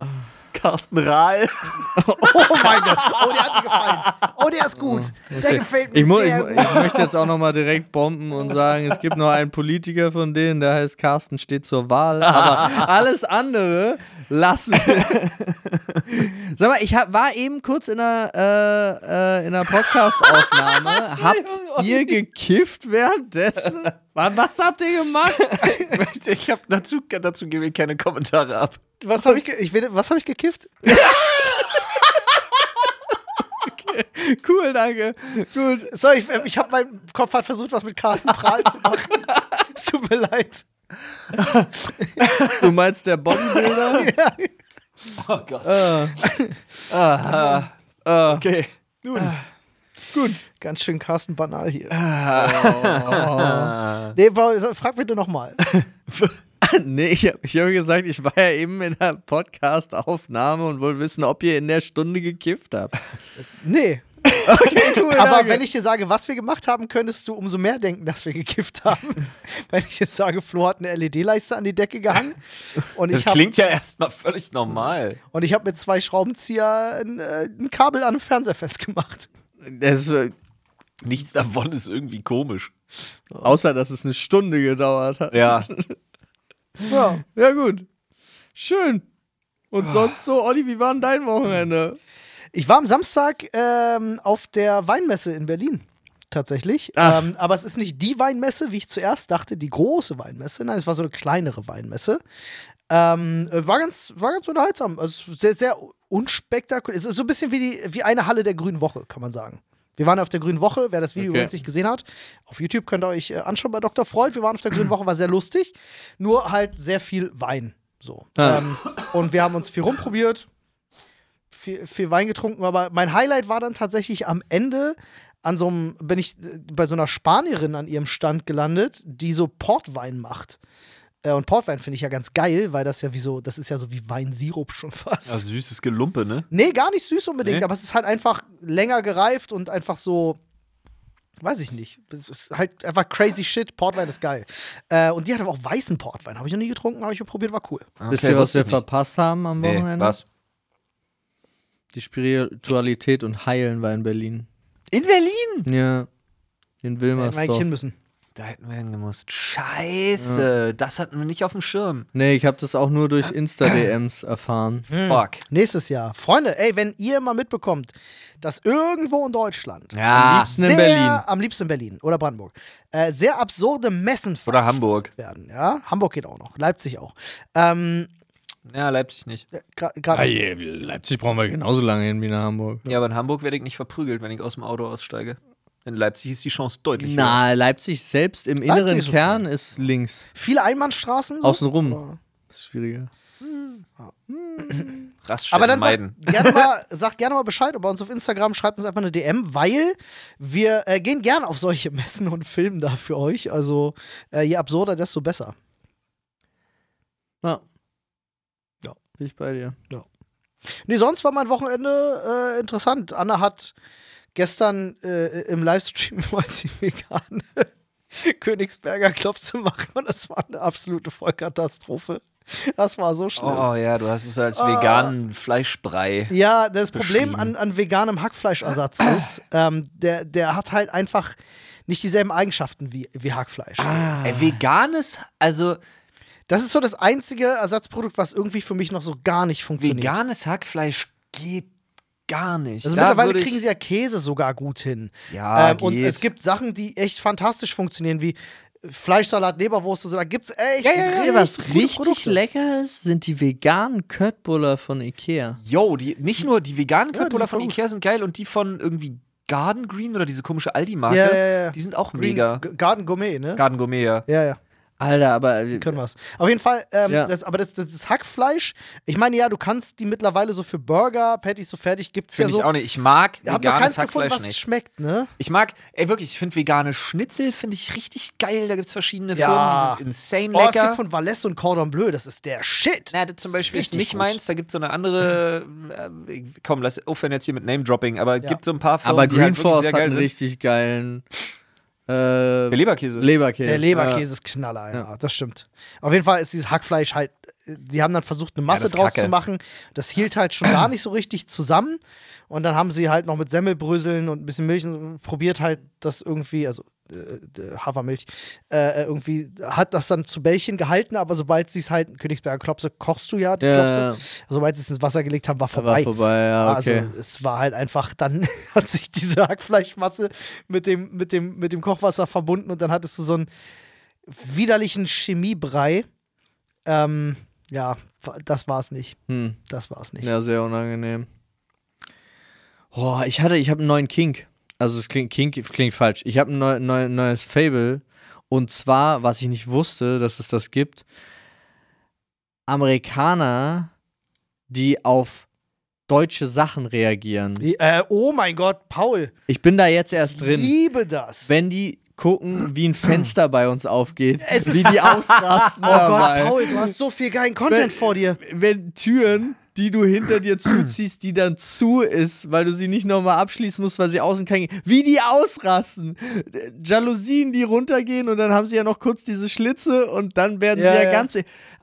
Ah. Carsten Rahl. Oh mein Gott. Oh, der hat mir gefallen. Oh, der ist gut. Der gefällt mir Ich, mu ich, sehr mu- gut. ich möchte jetzt auch nochmal direkt bomben und sagen, es gibt noch einen Politiker von denen, der heißt Carsten steht zur Wahl. Aber alles andere lassen wir. Sag mal, ich hab, war eben kurz in einer, äh, äh, in einer Podcast-Aufnahme. habt ihr gekifft währenddessen? Was, was habt ihr gemacht? Ich hab dazu, dazu gebe ich keine Kommentare ab. Was habe ich, ge- ich, will- was hab ich gekifft? Cool, danke. Gut. Sorry, ich, ich habe meinen Kopf hat versucht, was mit Carsten Prahl zu machen. Es tut mir leid. Du meinst der Bodybuilder? Oh Gott. äh, Ah. Ah. Okay. gut. Ganz schön Carsten banal hier. Ah. Oh. Nee, wa- frag bitte nochmal. Nee, ich habe ich hab gesagt, ich war ja eben in einer Podcast-Aufnahme und wollte wissen, ob ihr in der Stunde gekifft habt. Nee. Cool, Aber wenn ich dir sage, was wir gemacht haben, könntest du umso mehr denken, dass wir gekifft haben. wenn ich jetzt sage, Flo hat eine LED-Leiste an die Decke gehangen und Das ich habe klingt ja erstmal völlig normal. Und ich habe mit zwei Schraubenzieher ein, äh, ein Kabel an einem Fernseher festgemacht. Das, äh, Nichts davon ist irgendwie komisch. außer, dass es eine Stunde gedauert hat. Ja. Ja. Ja, gut. Schön. Und sonst so, Olli, wie war denn dein Wochenende? Ich war am Samstag ähm, auf der Weinmesse in Berlin. Tatsächlich. Ach. Ähm, aber es ist nicht die Weinmesse, wie ich zuerst dachte, die große Weinmesse. Nein, es war so eine kleinere Weinmesse. Ähm, äh, war, ganz, war ganz unterhaltsam. Also sehr, sehr unspektakulär. Es ist So ein bisschen wie, die, wie eine Halle der Grünen Woche, kann man sagen. Wir waren auf der Grünen Woche, wer das Video Okay. übrigens nicht gesehen hat, auf YouTube könnt ihr euch äh, anschauen bei Dr. Freud. Wir waren auf der Grünen Woche, war sehr lustig. Nur halt sehr viel Wein. So. Ah. Ähm, und wir haben uns viel rumprobiert, viel, viel Wein getrunken, aber mein Highlight war dann tatsächlich am Ende. An so einem, bin ich äh, bei so einer Spanierin an ihrem Stand gelandet, die so Portwein macht. Äh, und Portwein finde ich ja ganz geil, weil das ja wie so, das ist ja so wie Weinsirup schon fast. ja. Süßes Gelumpe, ne? Nee, gar nicht süß unbedingt, Nee? aber es ist halt einfach länger gereift und einfach so Weiß ich nicht. Das ist halt einfach crazy shit. Portwein ist geil. Äh, und die hat aber auch weißen Portwein. Habe ich noch nie getrunken, habe ich mal probiert, war cool. Wisst ihr, was wir verpasst haben am Nee, Wochenende? was? Die Spiritualität und Heilen war in Berlin. In Berlin? Ja. In Hätten wir eigentlich Wilmersdorf. hin müssen. Da hätten wir hingemusst. Scheiße, das hatten wir nicht auf dem Schirm. nee, ich habe das auch nur durch Insta-DMs erfahren. Fuck. Nächstes Jahr. Freunde, ey, wenn ihr mal mitbekommt, dass irgendwo in Deutschland, Ja. Liebsten in Berlin. am liebsten in Berlin oder Brandenburg, äh, sehr absurde Messen Oder Hamburg. werden. Ja? Hamburg geht auch noch, Leipzig auch. Ähm, äh, Ja, Leipzig nicht. Gerade Ah, Leipzig brauchen wir genauso lange hin wie nach Hamburg. Ja, aber in Hamburg werde ich nicht verprügelt, wenn ich aus dem Auto aussteige. In Leipzig ist die Chance deutlich höher. Na, Leipzig selbst im inneren ist okay. Kern ist Oh. links. viele Einbahnstraßen. So. Äh, Außenrum. Ist schwieriger. Raststätten Aber dann meiden. sagt gerne, mal, sagt gerne mal Bescheid über uns auf Instagram, schreibt uns einfach eine DM, weil wir äh, gehen gerne auf solche Messen und filmen da für euch. Also äh, je absurder, desto besser. Ja. Ja. Bin ich bei dir. Nee, sonst war mein Wochenende äh, interessant. Anna hat gestern äh, im Livestream mal sie vegan Königsberger Klopse machen und das war eine absolute Vollkatastrophe. Das war so schlimm. Oh ja, du hast es als veganen Fleischbrei. Ja, das Problem beschrieben. Ah. an, an veganem Hackfleischersatz ist, ähm, der, der hat halt einfach nicht dieselben Eigenschaften wie, wie Hackfleisch. Ey, Äh, veganes, also Das ist so das einzige Ersatzprodukt, was irgendwie für mich noch so gar nicht funktioniert. veganes Hackfleisch geht gar nicht. Also Da mittlerweile würde ich- kriegen sie ja Käse sogar gut hin. Ja, ähm, und geht. es gibt Sachen, die echt fantastisch funktionieren, wie Fleischsalat, Leberwurst und so. Da gibt's echt richtig was gute richtig Produkte. lecker ist, sind die veganen Köttbullar von Ikea. Yo, die, nicht nur die veganen Ja, die Köttbullar sind von voll gut. Ikea sind geil und die von irgendwie Garden Green oder diese komische Aldi-Marke, Ja, ja, ja. die sind auch Green- mega. G- Garden Gourmet, ne? Garden Gourmet, ja. ja, ja. Alter, aber können wir's. Auf jeden Fall, ähm, Ja. das, aber das, das, das Hackfleisch, ich meine ja, du kannst die mittlerweile so für Burger, Patties so fertig, gibt's ja Finde so. ich auch nicht. Ich mag hab noch keins veganes gefunden, Hackfleisch was nicht. schmeckt, ne? Ich mag, ey wirklich, ich finde vegane Schnitzel, finde ich richtig geil. Da gibt es verschiedene Ja. Firmen, die sind insane Oh, es lecker. gibt von Valais und Cordon Bleu, das ist der Shit. Na, das zum Beispiel ist richtig nicht gut. meins, da gibt es so eine andere, äh, komm, lass aufhören jetzt hier mit Name-Dropping, aber Ja. gibt so ein paar Firmen, aber die Green halt wirklich Force sehr hat geil einen sind. richtig geilen äh, Der Leberkäse. Leberkäse. der Leberkäse ist Knaller, ja. das stimmt. Auf jeden Fall ist dieses Hackfleisch halt, äh, die haben dann versucht, eine Masse das ist draus Kacke. zu machen. Das hielt halt schon gar nicht so richtig zusammen. Und dann haben sie halt noch mit Semmelbröseln und ein bisschen Milch und probiert halt das irgendwie, also äh, äh, Hafermilch, äh, äh, irgendwie hat das dann zu Bällchen gehalten, aber sobald sie es halt, Königsberger Klopse, kochst du ja die Ja, ja, ja. Klopse. Sobald sie es ins Wasser gelegt haben, war War vorbei. vorbei, Ah, ja, Ah, okay. Also es war halt einfach, dann hat sich diese Hackfleischmasse mit dem, mit dem, mit dem Kochwasser verbunden und dann hattest du so einen widerlichen Chemiebrei. Ähm, ja, wa- das war's nicht. hm. Das war's nicht. Ja, sehr unangenehm. Oh, ich hatte, ich habe einen neuen Kink. Also es klingt Kink klingt falsch. Ich habe ein neu, neu, neues Fable und zwar, was ich nicht wusste, dass es das gibt. Amerikaner, die auf deutsche Sachen reagieren. Äh, oh mein Gott, Paul, Ich bin da jetzt erst drin. liebe das. wenn die gucken, wie ein Fenster bei uns aufgeht, Es ist- wie die ausrasten. oh Gott, dabei. Paul, du hast so viel geilen Content vor dir. Wenn Türen, die du hinter dir zuziehst, die dann zu ist, weil du sie nicht nochmal abschließen musst, weil sie außen kann, wie die ausrasten. Jalousien, die runtergehen und dann haben sie ja noch kurz diese Schlitze und dann werden Ja, sie ja, ja. ganz.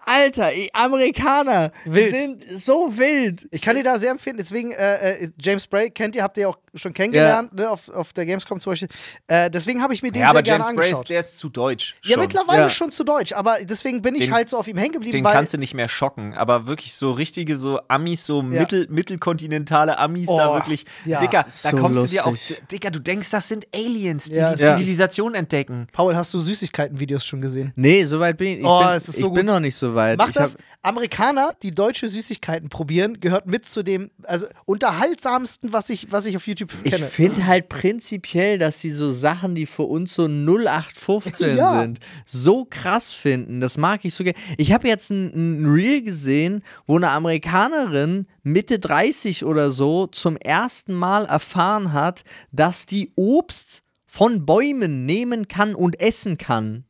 Alter, ey, Amerikaner Wild. sind so wild. Ich kann die da sehr empfehlen, deswegen, äh, äh, James Bray kennt ihr, habt ihr auch schon kennengelernt, ne, auf, auf der Gamescom zum Beispiel. Äh, deswegen habe ich mir den Ja, aber sehr gerne James angeschaut. Brace, der ist zu deutsch. Ja, schon. mittlerweile Ja. schon zu deutsch, aber deswegen bin ich Den- halt so auf ihm hängen geblieben, Den weil kannst du nicht mehr schocken, aber wirklich so richtige, so Amis, so mittel, mittelkontinentale Amis da Oh, wirklich. ja. Dicker, da So kommst du dir auch. lustig. Dicker, du denkst, das sind Aliens, die Ja. die Ja. Zivilisation entdecken. Paul, hast du Süßigkeiten-Videos schon gesehen? Nee, soweit bin ich. Ich, Oh, bin, es ist so ich bin gut. noch nicht so weit. Mach Äh, ich das. hab- Amerikaner, die deutsche Süßigkeiten probieren, gehört mit zu dem also unterhaltsamsten, was ich, was ich auf YouTube Ich kenne. finde halt prinzipiell, dass sie so Sachen, die für uns so 0815 Ja. sind, so krass finden. Das mag ich so gerne. Ich habe jetzt ein, ein Reel gesehen, wo eine Amerikanerin Mitte 30 oder so zum ersten Mal erfahren hat, dass die Obst von Bäumen nehmen kann und essen kann.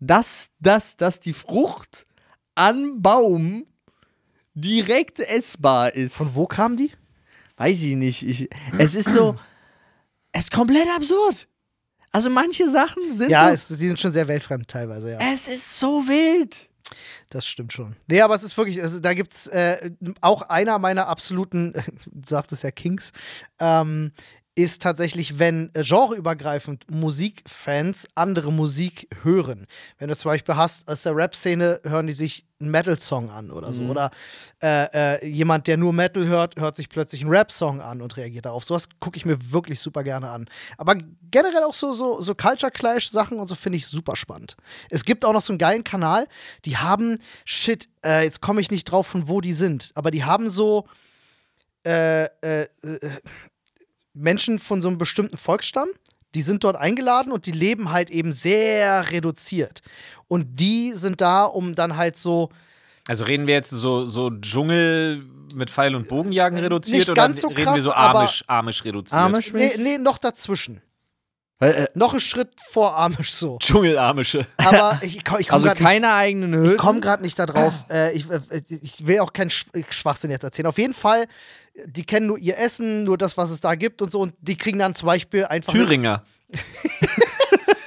Dass, dass, dass die Frucht an Baum direkt essbar ist. Von wo kamen die? Weiß ich nicht. Ich, es ist so. es ist komplett absurd. Also manche Sachen sind Ja, so. es, die sind schon sehr weltfremd teilweise, ja. es ist so wild. Das stimmt schon. Nee, aber es ist wirklich, also da gibt's äh, auch einer meiner absoluten, du sagtest ja Kings, ähm, ist tatsächlich, wenn äh, genreübergreifend Musikfans andere Musik hören. Wenn du zum Beispiel hast, aus der Rap-Szene hören die sich einen Metal-Song an oder so. Oder äh, äh, jemand, der nur Metal hört, hört sich plötzlich einen Rap-Song an und reagiert darauf. Sowas gucke ich mir wirklich super gerne an. Aber generell auch so, so, so Culture-Clash-Sachen und so finde ich super spannend. Es gibt auch noch so einen geilen Kanal, die haben, shit, äh, jetzt komme ich nicht drauf, von wo die sind, aber die haben so äh, äh, äh, Menschen von so einem bestimmten Volksstamm, die sind dort eingeladen und die leben halt eben sehr reduziert. Und die sind da, um dann halt so Also reden wir jetzt so, so Dschungel mit Pfeil und Bogenjagen reduziert Äh, nicht oder ganz so reden wir so krass, aber- Amish, Amish reduziert? Amish Nee, nee, noch dazwischen. Äh, äh, Noch einen Schritt vor Amish so. Dschungelamische. Aber ich, ich komme komm Also gerade nicht, keine eigenen Höhen. ich komm grad nicht da drauf. Ah. Äh, ich, äh, ich will auch keinen Sch Schwachsinn jetzt erzählen. Auf jeden Fall, die kennen nur ihr Essen, nur das, was es da gibt und so. Und die kriegen dann zum Beispiel einfach. Thüringer. Äh,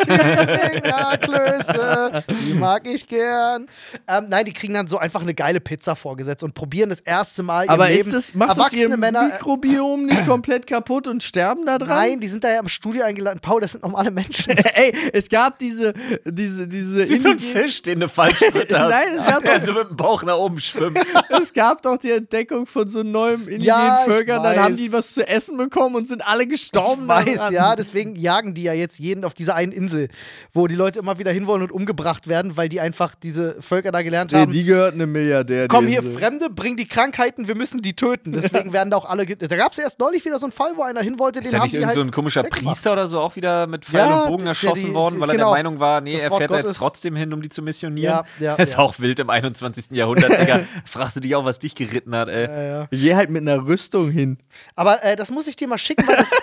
Thüringer Klöße, die mag ich gern. Ähm, nein, die kriegen dann so einfach eine geile Pizza vorgesetzt und probieren das erste Mal aber ihr Leben. ist das, macht das Erwachsene ihr Männer. äh, Mikrobiom nicht komplett kaputt und sterben da dran? Nein, die sind da ja im Studio eingeladen. Paul, das sind normale Menschen. Ey, es gab diese, diese, diese. Das ist wie so ein indigenen- Fisch, den du falsch fütterst. Nein, es gab Der so mit dem Bauch nach oben schwimmt. Es gab doch die Entdeckung von so neuem indigenen Ja, ich Völkern, dann weiß. haben die was zu essen bekommen und sind alle gestorben. Ich weiß, daran. ja, deswegen jagen die ja jetzt jeden auf dieser einen Insel, wo die Leute immer wieder hinwollen und umgebracht werden, weil die einfach diese Völker da gelernt Nee, haben. die gehört einem Milliardär. Komm die hier, Insel. Fremde, bring die Krankheiten, wir müssen die töten. Deswegen werden da auch alle. ge- Da gab es erst neulich wieder so einen Fall, wo einer hin wollte, den Ist ja haben nicht die irgend halt so ein komischer weggemacht. Priester oder so auch wieder mit Pfeil Ja, und Bogen der- erschossen der- die- worden, weil er genau. der Meinung war, nee, Das er Wort fährt da jetzt Gottes. trotzdem hin, um die zu missionieren. Ja, ja, das ist ja. auch wild im 21. Jahrhundert, Digga. Fragst du dich auch, was dich geritten hat, ey. Ja, ja. Geh halt mit einer Rüstung hin. Aber äh, das muss ich dir mal schicken, weil das,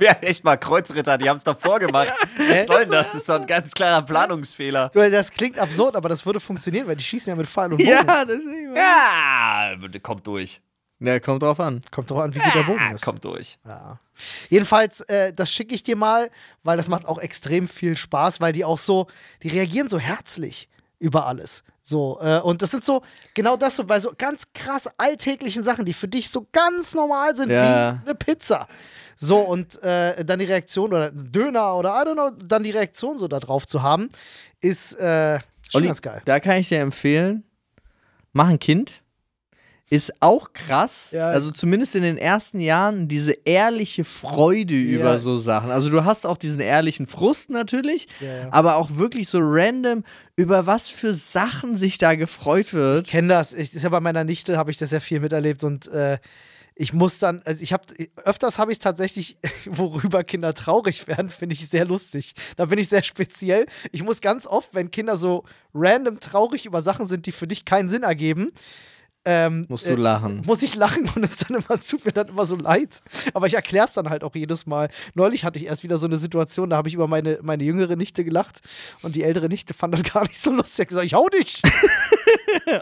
Wär echt mal Kreuzritter, die haben es doch vorgemacht. Was soll denn das? Das ist doch ein ganz klarer Planungsfehler. weil das klingt absurd, aber das würde funktionieren, weil die schießen ja mit Pfeil Oh. und Bogen. deswegen. Ja, bitte kommt durch. Na, kommt drauf an. Kommt drauf an, wie gut der Bogen Ah, ist. kommt durch. Ja. Jedenfalls, äh, das schicke ich dir mal, weil das macht auch extrem viel Spaß, weil die auch so, die reagieren so herzlich über alles. So, äh, und das sind so, genau das so, bei so ganz krass alltäglichen Sachen, die für dich so ganz normal sind Ja. wie eine Pizza. So, und äh, dann die Reaktion oder ein Döner oder I don't know, dann die Reaktion so da drauf zu haben, ist äh, schon Olli, ganz geil. Da kann ich dir empfehlen, mach ein Kind. Ist auch krass, Ja. also zumindest in den ersten Jahren, diese ehrliche Freude über so Sachen. Also du hast auch diesen ehrlichen Frust natürlich, Ja, ja. aber auch wirklich so random, über was für Sachen sich da gefreut wird. kenne das. Ich, ist ja bei meiner Nichte habe ich das ja viel miterlebt und äh, ich muss dann, also ich habe öfters habe ich tatsächlich, worüber Kinder traurig werden, finde ich sehr lustig. Da bin ich sehr speziell. Ich muss ganz oft, wenn Kinder so random traurig über Sachen sind, die für dich keinen Sinn ergeben, ähm, Musst du lachen. muss ich lachen und es dann immer, es tut mir dann immer so leid. Aber ich erkläre es dann halt auch jedes Mal. Neulich hatte ich erst wieder so eine Situation, da habe ich über meine, meine jüngere Nichte gelacht und die ältere Nichte fand das gar nicht so lustig. Sie hat gesagt, ich hau dich!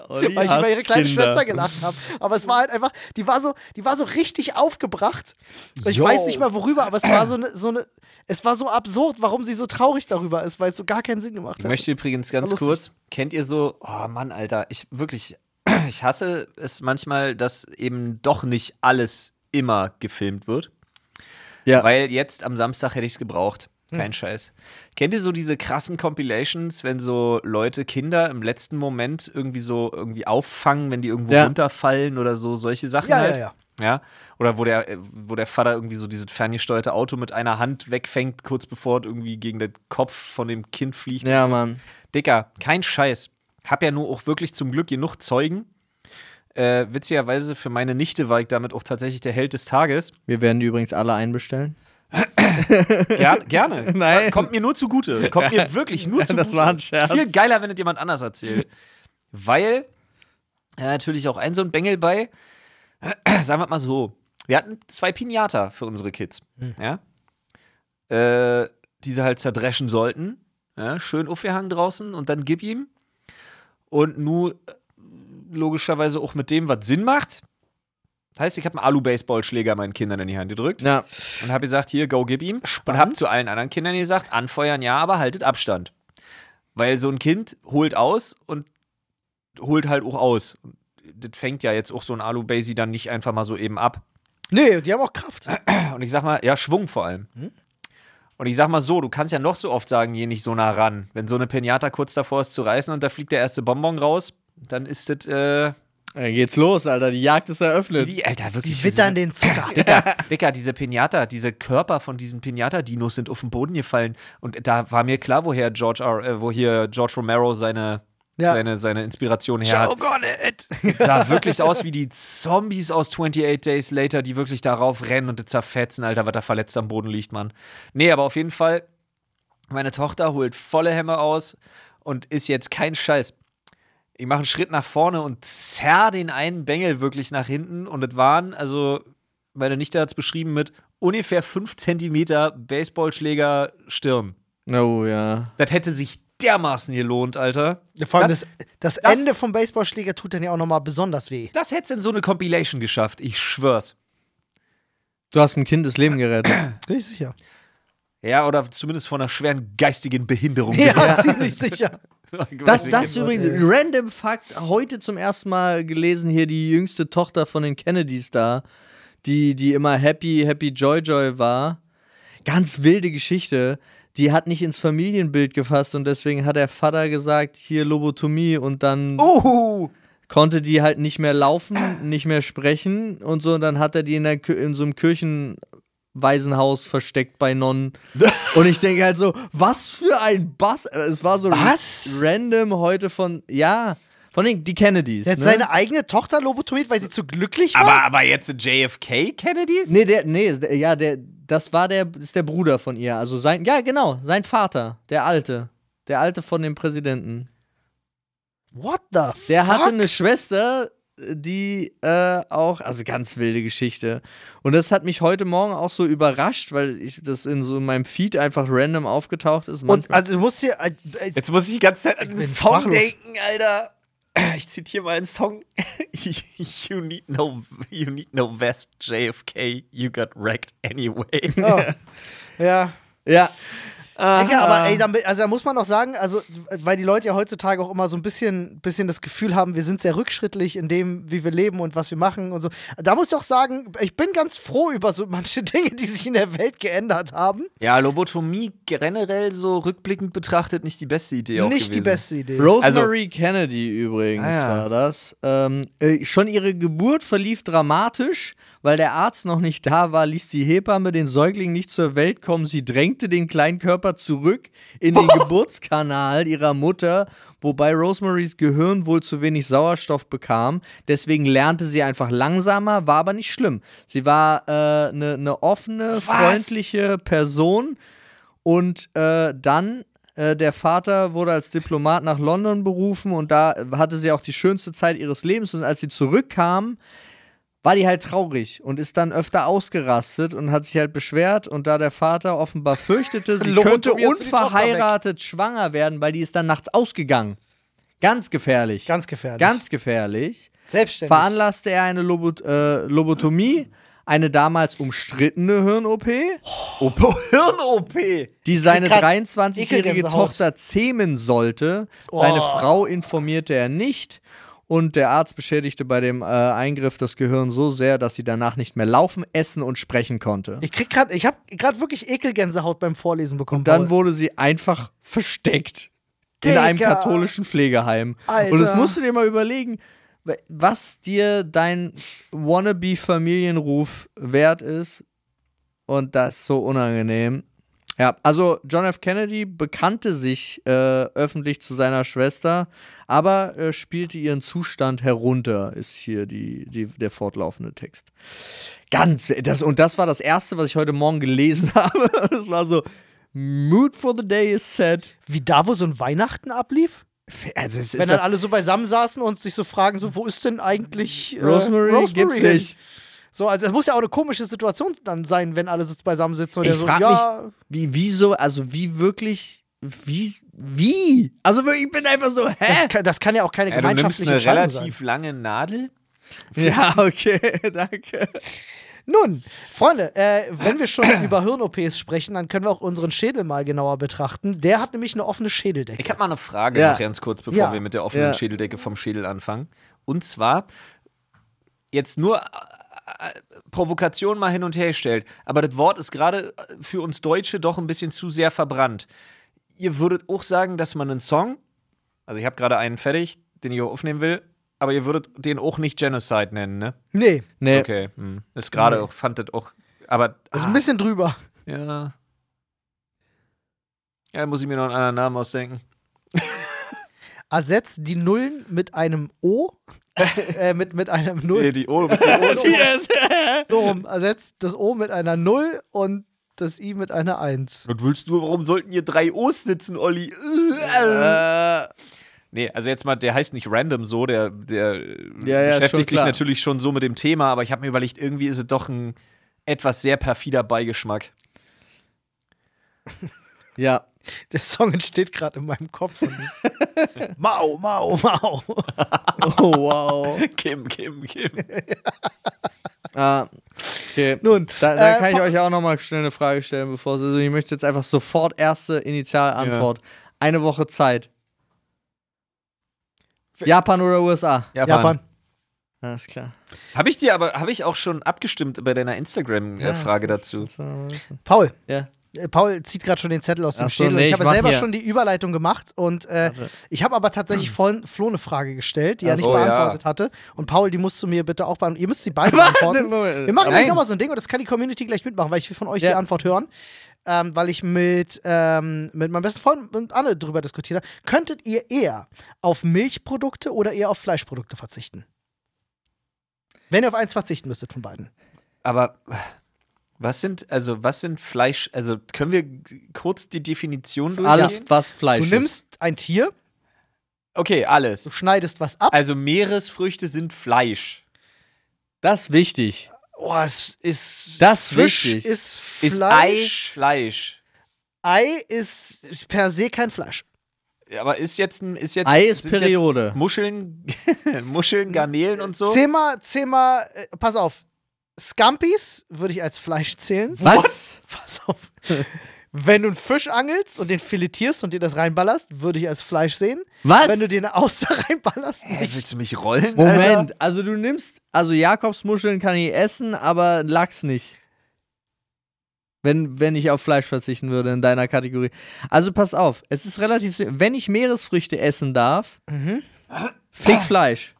Oh, Olli weil ich über hasst ihre kleine Kinder. Schwester gelacht habe. Aber es war halt einfach, die war so, die war so richtig aufgebracht. Ich Yo. weiß nicht mal worüber, aber es war so eine, so eine, es war so absurd, warum sie so traurig darüber ist, weil es so gar keinen Sinn gemacht Ich hat. möchte übrigens ganz Lustig. kurz, kennt ihr so, oh Mann, Alter, ich wirklich, ich hasse es manchmal, dass eben doch nicht alles immer gefilmt wird. äh, Ja. Weil jetzt am Samstag hätte ich es gebraucht. Kein Scheiß. Kennt ihr so diese krassen Compilations, wenn so Leute Kinder im letzten Moment irgendwie so irgendwie auffangen, wenn die irgendwo Ja. runterfallen oder so, solche Sachen Ja, ja, halt? ja. Ja, oder wo der, äh, wo der Vater irgendwie so dieses ferngesteuerte Auto mit einer Hand wegfängt, kurz bevor es irgendwie gegen den Kopf von dem Kind fliegt. Ja, Mann. Dicker, kein Scheiß. Hab ja nur auch wirklich zum Glück genug Zeugen. Äh, witzigerweise für meine Nichte war ich damit auch tatsächlich der Held des Tages. Wir werden die übrigens alle einbestellen. Ger gerne. Nein. Kommt mir nur zugute. Kommt mir wirklich nur zugute. Das war ein Scherz. Ist viel geiler, wenn es jemand anders erzählt. Weil ja, natürlich auch ein so ein Bengel bei, sagen wir mal so, wir hatten zwei Pinata für unsere Kids. Hm. Ja? Äh, diese halt zerdreschen sollten. Ja, schön aufgehangen draußen und dann gib ihm. Und nu äh, logischerweise auch mit dem, was Sinn macht. Das heißt, ich habe einen Alu-Baseballschläger meinen Kindern in die Hand gedrückt Ja. und habe gesagt, hier, go, gib ihm. Und habe zu allen anderen Kindern gesagt, anfeuern ja, aber haltet Abstand. Weil so ein Kind holt aus und holt halt auch aus. Das fängt ja jetzt auch so ein Alu-Basie dann nicht einfach mal so eben ab. Nee, die haben auch Kraft. Und ich sag mal, ja, Schwung vor allem. Und ich sag mal so, du kannst ja noch so oft sagen, geh nicht so nah ran. Wenn so eine Pinata kurz davor ist zu reißen und da fliegt der erste Bonbon raus, dann ist das, äh, Dann geht's los, Alter. Die Jagd ist eröffnet. die, Alter, wirklich. Die wittern den Zucker. Dicker, diese Pinata, diese Körper von diesen Pinata-Dinos sind auf den Boden gefallen. Und da war mir klar, woher George, R, äh, wo hier George Romero seine, Ja. seine, seine Inspiration her hat. on it! Sah wirklich aus wie die Zombies aus 28 Days Later, die wirklich darauf rennen und das zerfetzen, Alter, was da verletzt am Boden liegt, Mann. Nee, aber auf jeden Fall, meine Tochter holt volle Hämme aus und ist jetzt kein Scheiß. Ich mache einen Schritt nach vorne und zerr den einen Bengel wirklich nach hinten und das waren, also meine Nichte hat es beschrieben mit ungefähr 5 Zentimeter Baseballschläger Stirn. Oh ja. Das hätte sich dermaßen gelohnt, Alter. Vor allem Das- das, das, das- Ende vom Baseballschläger tut dann ja auch nochmal besonders weh. Das hätte es in so eine Compilation geschafft, ich schwör's. Du hast ein Kind das Leben gerettet. Bin ich sicher. Ja, oder zumindest von einer schweren geistigen Behinderung. Ja, ziemlich sicher. Das, das ist übrigens ein random Fakt. Heute zum ersten Mal gelesen hier die jüngste Tochter von den Kennedys da, die, die immer happy, happy Joy Joy war. Ganz wilde Geschichte. Die hat nicht ins Familienbild gefasst und deswegen hat der Vater gesagt, hier Lobotomie und dann Uh. Oh! konnte die halt nicht mehr laufen, nicht mehr sprechen und so. Und dann hat er die in, der, Kir- in so einem Kirchenwaisenhaus versteckt bei Nonnen. und ich denke halt so, was für ein Bass. Es war so Was? random heute von, ja, von den die Kennedys. Der hat ne? seine eigene Tochter lobotomiert, weil sie zu glücklich war? Aber, aber jetzt JFK Kennedys? Nee, der, nee, der, ja, der, das war der, ist der Bruder von ihr. Also sein, ja, genau, sein Vater, der Alte. Der Alte von dem Präsidenten. What the fuck? Der hatte eine Schwester, die äh, auch, also ganz wilde Geschichte. Und das hat mich heute Morgen auch so überrascht, weil ich das in so meinem Feed einfach random aufgetaucht ist. Und Manchmal. also du musst hier. äh, äh, Jetzt muss ich die ganze Zeit an den bin Song sprachlos. denken, Alter. Ich zitiere mal einen Song. you, need no, you need no vest, JFK. You got wrecked anyway. oh. Ja. ja, Ja, aber ey, damit, also da muss man auch sagen, also weil die Leute ja heutzutage auch immer so ein bisschen, bisschen das Gefühl haben, wir sind sehr rückschrittlich in dem, wie wir leben und was wir machen und so. Da muss ich auch sagen, ich bin ganz froh über so manche Dinge, die sich in der Welt geändert haben. Ja, Lobotomie generell so rückblickend betrachtet nicht die beste Idee. Auch Nicht die gewesen. beste Idee. Rosemary Kennedy übrigens Ah, ja. war das. Ähm, äh, schon ihre Geburt verlief dramatisch, weil der Arzt noch nicht da war, ließ die Hebamme den Säugling nicht zur Welt kommen. Sie drängte den kleinen Körper zurück in den Geburtskanal ihrer Mutter, wobei Rosemarys Gehirn wohl zu wenig Sauerstoff bekam. Deswegen lernte sie einfach langsamer, war aber nicht schlimm. Sie war eine äh, ne- ne offene, freundliche Person. Und äh, dann, äh, der Vater wurde als Diplomat nach London berufen und da hatte sie auch die schönste Zeit ihres Lebens. Und als sie zurückkam, war die halt traurig und ist dann öfter ausgerastet und hat sich halt beschwert. Und da der Vater offenbar fürchtete, sie könnte Lobotomierst du die Tochter unverheiratet schwanger werden, weil die ist dann nachts ausgegangen. Ganz gefährlich. Ganz gefährlich. Ganz gefährlich Selbstständig. veranlasste er eine Lobot äh, Lobotomie, eine damals umstrittene Hirn-OP, Hirn-OP. die seine grad 23-jährige Ekelgänsehaut. Oh. Tochter zähmen sollte. Seine Frau informierte er nicht. Und der Arzt beschädigte bei dem äh, Eingriff das Gehirn so sehr, dass sie danach nicht mehr laufen, essen und sprechen konnte. Ich krieg grad, ich habe gerade wirklich Ekelgänsehaut beim Vorlesen bekommen. Dann Paul. wurde sie einfach versteckt in Digga. einem katholischen Pflegeheim. Alter. Und das musst du dir mal überlegen, we- was dir dein wannabe-Familienruf wert ist. Und das ist so unangenehm. Ja, also John F. Kennedy bekannte sich äh, öffentlich zu seiner Schwester, aber äh, spielte ihren Zustand herunter, ist hier die, die, der fortlaufende Text. Ganz, das, und das war das Erste, was ich heute Morgen gelesen habe. Das war so, Mood for the day is set. Wie da, wo so ein Weihnachten ablief? Also es Wenn ist dann ja, alle so beisammen saßen und sich so fragen, so, wo ist denn eigentlich äh, Rosemary, gibt's hin? nicht. So, also es muss ja auch eine komische Situation dann sein, wenn alle so beisammen sitzen und Ich der so, frag ja, Wie, wieso, also wie wirklich, wie, wie? Also wirklich, ich bin einfach so, hä? das kann, das kann ja auch keine Ja, du nimmst gemeinschaftliche eine Entscheidung relativ lange Nadel Ja, okay, danke. Nun, Freunde, äh, wenn wir schon über Hirn-OPs sprechen, dann können wir auch unseren Schädel mal genauer betrachten. Der hat nämlich eine offene Schädeldecke. Ich habe mal eine Frage Ja. noch ganz kurz, bevor Ja. wir mit der offenen Ja. Schädeldecke vom Schädel anfangen. Und zwar jetzt nur äh, äh, Provokation mal hin und her gestellt, aber das Wort ist gerade äh, für uns Deutsche doch ein bisschen zu sehr verbrannt. Ihr würdet auch sagen, dass man einen Song, also ich habe gerade einen fertig, den ich auch aufnehmen will, aber ihr würdet den auch nicht Genocide nennen, ne? Nee, Nee, Okay, hm. ist gerade auch, fand das auch, aber das ist ah, ein bisschen drüber. ja. Ja, muss ich mir noch einen anderen Namen ausdenken. Ersetzt die Nullen mit einem O, äh, mit, mit einem Nee, Null. die O, die O So, so rum. Ersetzt das O mit einer Null und das I mit einer Eins. Was willst du, warum sollten hier drei O's sitzen, Olli? Äh, Nee, also jetzt mal, der heißt nicht random so, der, der äh, Ja, ja, schon beschäftigt sich klar. natürlich schon so mit dem Thema, aber ich habe mir überlegt, irgendwie ist es doch ein etwas sehr perfider Beigeschmack. ja. Der Song entsteht gerade in meinem Kopf. Und ist mau, mau, mau. Oh, wow. Kim, Kim, Kim. Ah, okay. Nun, da, da äh, kann ich Pa- euch auch nochmal schnell eine Frage stellen, bevor es. Also, ich möchte jetzt einfach sofort erste Initialantwort. Eine Woche Zeit. Japan oder USA? Japan. Alles klar. Habe ich dir aber, habe ich auch schon abgestimmt bei deiner Instagram-Frage dazu? Paul. Ja. Äh, Paul zieht gerade schon den Zettel aus dem Ach so, Schädel. und nee, ich ich habe mach selber hier. schon die Überleitung gemacht und äh, Warte. Hm. ich habe aber tatsächlich vorhin Flo eine Frage gestellt, die er Ach nicht so, beantwortet hatte. Und Paul, die musst du mir bitte auch beantworten. Ihr müsst sie beide beantworten. Moment. Wir machen gleich Nein. nochmal so ein Ding und das kann die Community gleich mitmachen, weil ich will von euch Ja. die Antwort hören. Ähm, weil ich mit, ähm, mit meinem besten Freund und Anne drüber diskutiert habe. Könntet ihr eher auf Milchprodukte oder eher auf Fleischprodukte verzichten? Wenn ihr auf eins verzichten müsstet von beiden. Aber was sind, also was sind Fleisch, also können wir g- kurz die Definition durchgehen? Alles, was Fleisch Du nimmst ein Tier, Okay, alles. du schneidest was ab. Also Meeresfrüchte sind Fleisch. ist. Das ist wichtig. Oh, es ist. Das ist Fisch wichtig. ist Ist Ei Fleisch. Fleisch? Ei ist per se kein Fleisch. Ja, Aber ist jetzt ein ist jetzt Ei ist sind jetzt Periode. Muscheln, Muscheln, Garnelen und so. Zähmer, Zähmer, äh, pass auf. Scampis würde ich als Fleisch zählen. Was? Pass auf. Wenn du einen Fisch angelst und den filetierst und dir das reinballerst, würde ich als Fleisch sehen. Was? Wenn du dir eine Auster reinballerst, Hä, nicht. willst du mich rollen? Alter? Moment, also du nimmst, also Jakobsmuscheln kann ich essen, aber Lachs nicht. Wenn, wenn ich auf Fleisch verzichten würde in deiner Kategorie. Also pass auf, es ist relativ simpel. Wenn ich Meeresfrüchte essen darf, Mhm. fick Fleisch.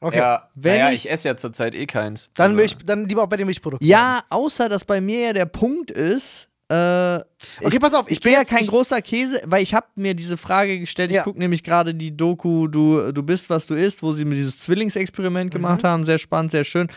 Okay. Ja, Wenn naja, ich- ich esse ja zurzeit eh keins. Dann, Also, Milch, dann lieber auch bei den Milchprodukten. Ja, außer dass bei mir ja der Punkt ist, äh, Okay, pass auf. ich Ich, bin geh ja jetzt- kein ich- großer Käse, weil ich habe mir diese Frage gestellt. Ja. Ich gucke nämlich gerade die Doku du, du bist, was du isst, wo sie mir dieses Zwillingsexperiment gemacht haben. Sehr spannend, sehr schön.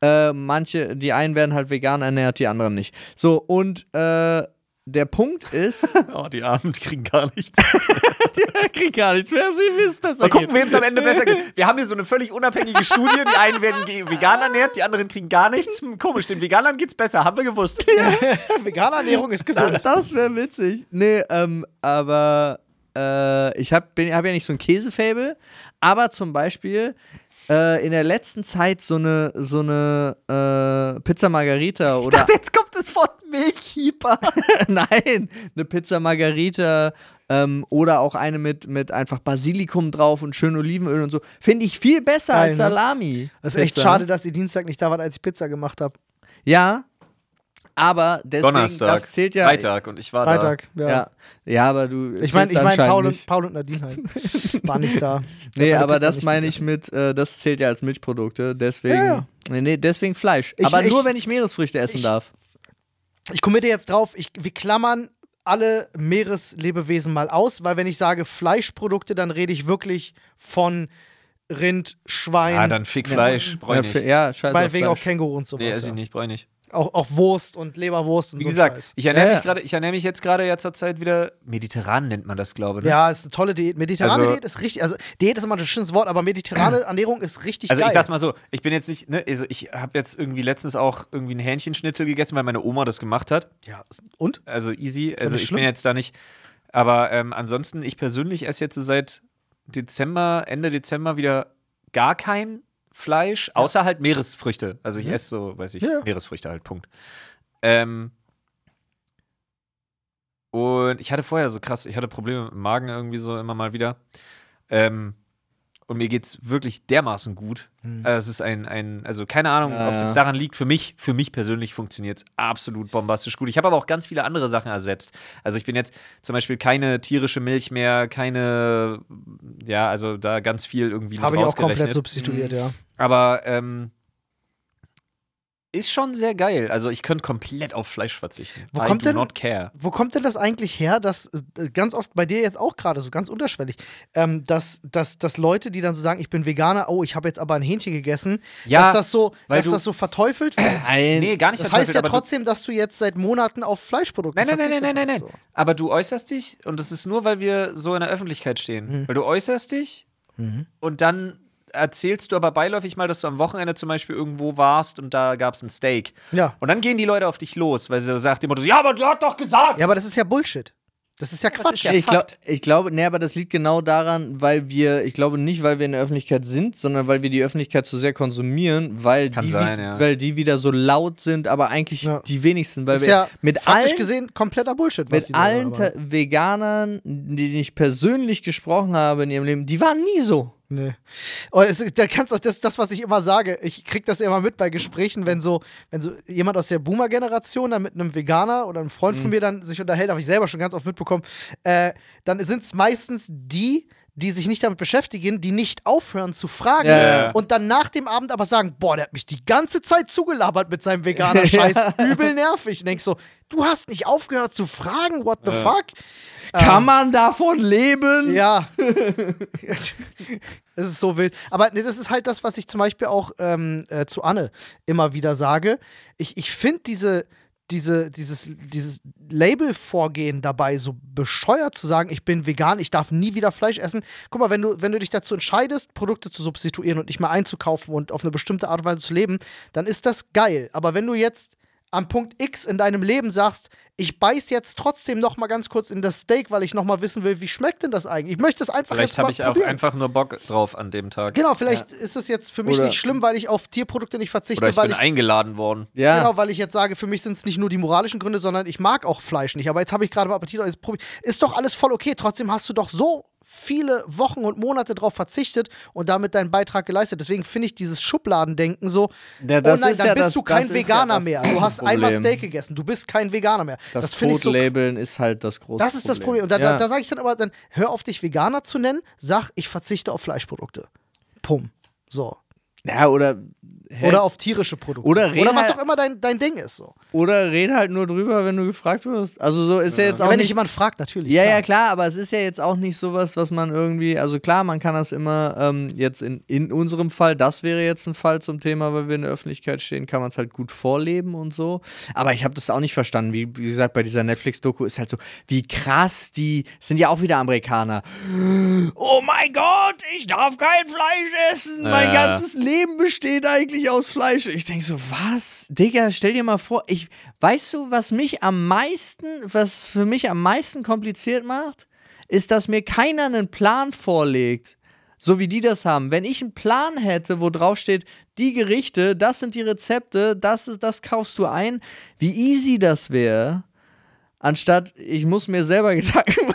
Äh, manche, die einen werden halt vegan ernährt, die anderen nicht. So, und äh, der Punkt ist. Oh, die Armen kriegen gar nichts. ich krieg gar nicht mehr, sie wissen besser. Mal gucken, wem es am Ende besser geht. Wir haben hier so eine völlig unabhängige Studie. Die einen werden ge- vegan ernährt, die anderen kriegen gar nichts. Hm, Komisch, den Veganern geht's besser, haben wir gewusst. Vegane Ernährung ist gesund. Das, das wäre witzig. Nee, ähm, aber äh, ich habe hab ja nicht so ein Käsefabel, aber zum Beispiel äh, in der letzten Zeit so eine, so eine äh, Pizza Margarita oder. jetzt kommt das Wort Milchhieber. Nein, eine Pizza Margarita ähm, oder auch eine mit, mit einfach Basilikum drauf und schön Olivenöl und so. Finde ich viel besser Geil, als ne? Salami. Das ist echt Pizza. ne? schade, dass ihr Dienstag nicht da wart, als ich Pizza gemacht habe. Ja. Aber deswegen, Donnerstag, das zählt ja. Freitag und ich war Freitag, Ja. ja. ja. Ja, aber du. Ich meine, zählst ich mein, anscheinend Paul, nicht. und, Paul und Nadine halt. War nicht da. Nee, Ja, meine aber das Pizza nicht also meine ich mit, äh, das zählt ja als Milchprodukte, deswegen. Ja, ja. Nee, nee, deswegen Fleisch. Ich- aber ich- nur, wenn ich Meeresfrüchte essen ich- darf. Ich committe jetzt drauf, ich, wir klammern alle Meereslebewesen mal aus, weil wenn ich sage Fleischprodukte, dann rede ich wirklich von Rind, Schwein, Ah, dann fick Fleisch. Brauch Ja, ich fe- nicht. ja, scheiße. auf meinetwegen auch Fleisch. Känguru und sowas. Nee, esse ja. ich nicht, brauch ich nicht. Auch, auch Wurst und Leberwurst und Wie so gesagt, Scheiß. ich ernähre Ja, mich ja. gerade, ich ernähre mich jetzt gerade ja zur Zeit wieder mediterran nennt man das, glaube ich. Ne? Ja, ist eine tolle Diät. Mediterrane Also- Diät ist richtig, also Diät ist immer ein schönes Wort, aber mediterrane Ernährung ist richtig Also geil. ich sag's mal so, ich bin jetzt nicht, ne, also ich habe jetzt irgendwie letztens auch irgendwie einen Hähnchenschnitzel gegessen, weil meine Oma das gemacht hat. ja, und? Also easy, doch also nicht ich schlimm. bin jetzt da nicht. Aber ähm, ansonsten, ich persönlich esse jetzt seit Dezember, Ende Dezember wieder gar kein Fleisch, außer halt Meeresfrüchte. Also ich esse so, weiß ich, Mhm. Ja, ja. Meeresfrüchte halt, Punkt. Ähm, und ich hatte vorher so krass, ich hatte Probleme im Magen irgendwie so immer mal wieder. Ähm, und mir geht's wirklich dermaßen gut. Hm. Mhm. Äh, es ist ein, ein, also keine Ahnung, Ja, ob es ja. jetzt daran liegt. Für mich, für mich persönlich funktioniert es absolut bombastisch gut. Ich habe aber auch ganz viele andere Sachen ersetzt. Also ich bin jetzt zum Beispiel keine tierische Milch mehr, keine, ja, also da ganz viel irgendwie mit Habe ich auch komplett rausgerechnet. substituiert, ja. Aber ähm, ist schon sehr geil. Also ich könnte komplett auf Fleisch verzichten. Wo I kommt do denn- not care. Wo kommt denn das eigentlich her, dass äh, ganz oft bei dir jetzt auch gerade so ganz unterschwellig, ähm, dass, dass, dass Leute, die dann so sagen, ich bin Veganer, oh, ich habe jetzt aber ein Hähnchen gegessen, Ja, dass das so, weil dass du- das so verteufelt wird? Nein. Nee, gar nicht Das heißt verteufelt, ja aber du- trotzdem, dass du jetzt seit Monaten auf Fleischprodukte Nein, nein, nein, nein, verzichtet nein, nein, hast, nein. so. Aber du äußerst dich und das ist nur, weil wir so in der Öffentlichkeit stehen. Weil du äußerst dich und dann erzählst du aber beiläufig mal, dass du am Wochenende zum Beispiel irgendwo warst und da gab es ein Steak. Ja. Und dann gehen die Leute auf dich los, weil sie so sagt, dem Motto, so, ja, aber du hast doch gesagt. Ja, aber das ist ja Bullshit. Das ist ja ist Quatsch. ja ich, glaub, Fakt. ich glaube, nee, aber das liegt genau daran, weil wir, ich glaube nicht, weil wir in der Öffentlichkeit sind, sondern weil wir die Öffentlichkeit zu sehr konsumieren, weil, Kann die, sein, wie- ja. weil die wieder so laut sind, aber eigentlich Ja. die wenigsten, weil ist wir ja mit faktisch allen, gesehen kompletter Bullshit. was die mit da allen Ta- labern. Veganern, denen ich persönlich gesprochen habe in ihrem Leben, die waren nie so. Nee. Oh, es, da kannst auch das, das, was ich immer sage, ich krieg das ja immer mit bei Gesprächen, wenn so, wenn so jemand aus der Boomer-Generation dann mit einem Veganer oder einem Freund Mhm. von mir dann sich unterhält, habe ich selber schon ganz oft mitbekommen, äh, dann sind es meistens die, die sich nicht damit beschäftigen, die nicht aufhören zu fragen Ja, ja, ja. und dann nach dem Abend aber sagen, boah, der hat mich die ganze Zeit zugelabert mit seinem Veganer-Scheiß, übel nervig. Und denkst so, du hast nicht aufgehört zu fragen, what the fuck? Kann man davon leben? Ja. das ist so wild. Aber nee, das ist halt das, was ich zum Beispiel auch ähm, äh, zu Anne immer wieder sage. Ich, ich finde diese, diese, dieses, dieses Label-Vorgehen dabei so bescheuert zu sagen, ich bin vegan, ich darf nie wieder Fleisch essen. Guck mal, wenn du, wenn du dich dazu entscheidest, Produkte zu substituieren und nicht mehr einzukaufen und auf eine bestimmte Art und Weise zu leben, dann ist das geil. Aber wenn du jetzt am Punkt X in deinem Leben sagst, ich beiß jetzt trotzdem noch mal ganz kurz in das Steak, weil ich noch mal wissen will, wie schmeckt denn das eigentlich? Ich möchte es einfach Vielleicht jetzt mal habe ich auch probieren. einfach nur Bock drauf an dem Tag. Genau, vielleicht ist es jetzt für mich Oder- nicht schlimm, weil ich auf Tierprodukte nicht verzichte, Oder ich weil bin ich eingeladen worden. Ja. Genau, weil ich jetzt sage, für mich sind es nicht nur die moralischen Gründe, sondern ich mag auch Fleisch nicht. Aber jetzt habe ich gerade mal Appetit. Jetzt probi- ist doch alles voll okay. Trotzdem hast du doch so viele Wochen und Monate darauf verzichtet und damit deinen Beitrag geleistet. Deswegen finde ich dieses Schubladendenken so, Ja, das oh nein, ist dann ja bist das- du kein das ist ja Veganer das mehr. Du hast einmal Problem. Steak gegessen, du bist kein Veganer mehr. Das, Das, finde ich so Totlabeln ist halt das große das ist das Problem. Und da, da, Ja. da sage ich dann aber, dann hör auf, dich Veganer zu nennen, sag, ich verzichte auf Fleischprodukte. Pum. So. ja, oder, hä? Oder auf tierische Produkte. Oder red Oder was halt- auch immer dein, dein Ding ist. So. oder red halt nur drüber, wenn du gefragt wirst. Also so ist ja, jetzt Ja, auch wenn dich nicht jemand fragt, natürlich. Ja, klar. ja, klar, aber es ist ja jetzt auch nicht sowas, was man irgendwie, also klar, man kann das immer ähm, jetzt in, in unserem Fall, das wäre jetzt ein Fall zum Thema, weil wir in der Öffentlichkeit stehen, kann man es halt gut vorleben und so. Aber ich habe das auch nicht verstanden. Wie, wie gesagt, bei dieser Netflix-Doku ist halt so, wie krass die, es sind ja auch wieder Amerikaner. Oh mein Gott, ich darf kein Fleisch essen. Mein Ja. ganzes Leben besteht eigentlich aus Fleisch. Ich denke so, was? Digga, stell dir mal vor, ich, weißt du, was mich am meisten, was für mich am meisten kompliziert macht, ist, dass mir keiner einen Plan vorlegt. So wie die das haben. Wenn ich einen Plan hätte, wo drauf steht, die Gerichte, das sind die Rezepte, das ist, das kaufst du ein, wie easy das wäre, anstatt ich muss mir selber Gedanken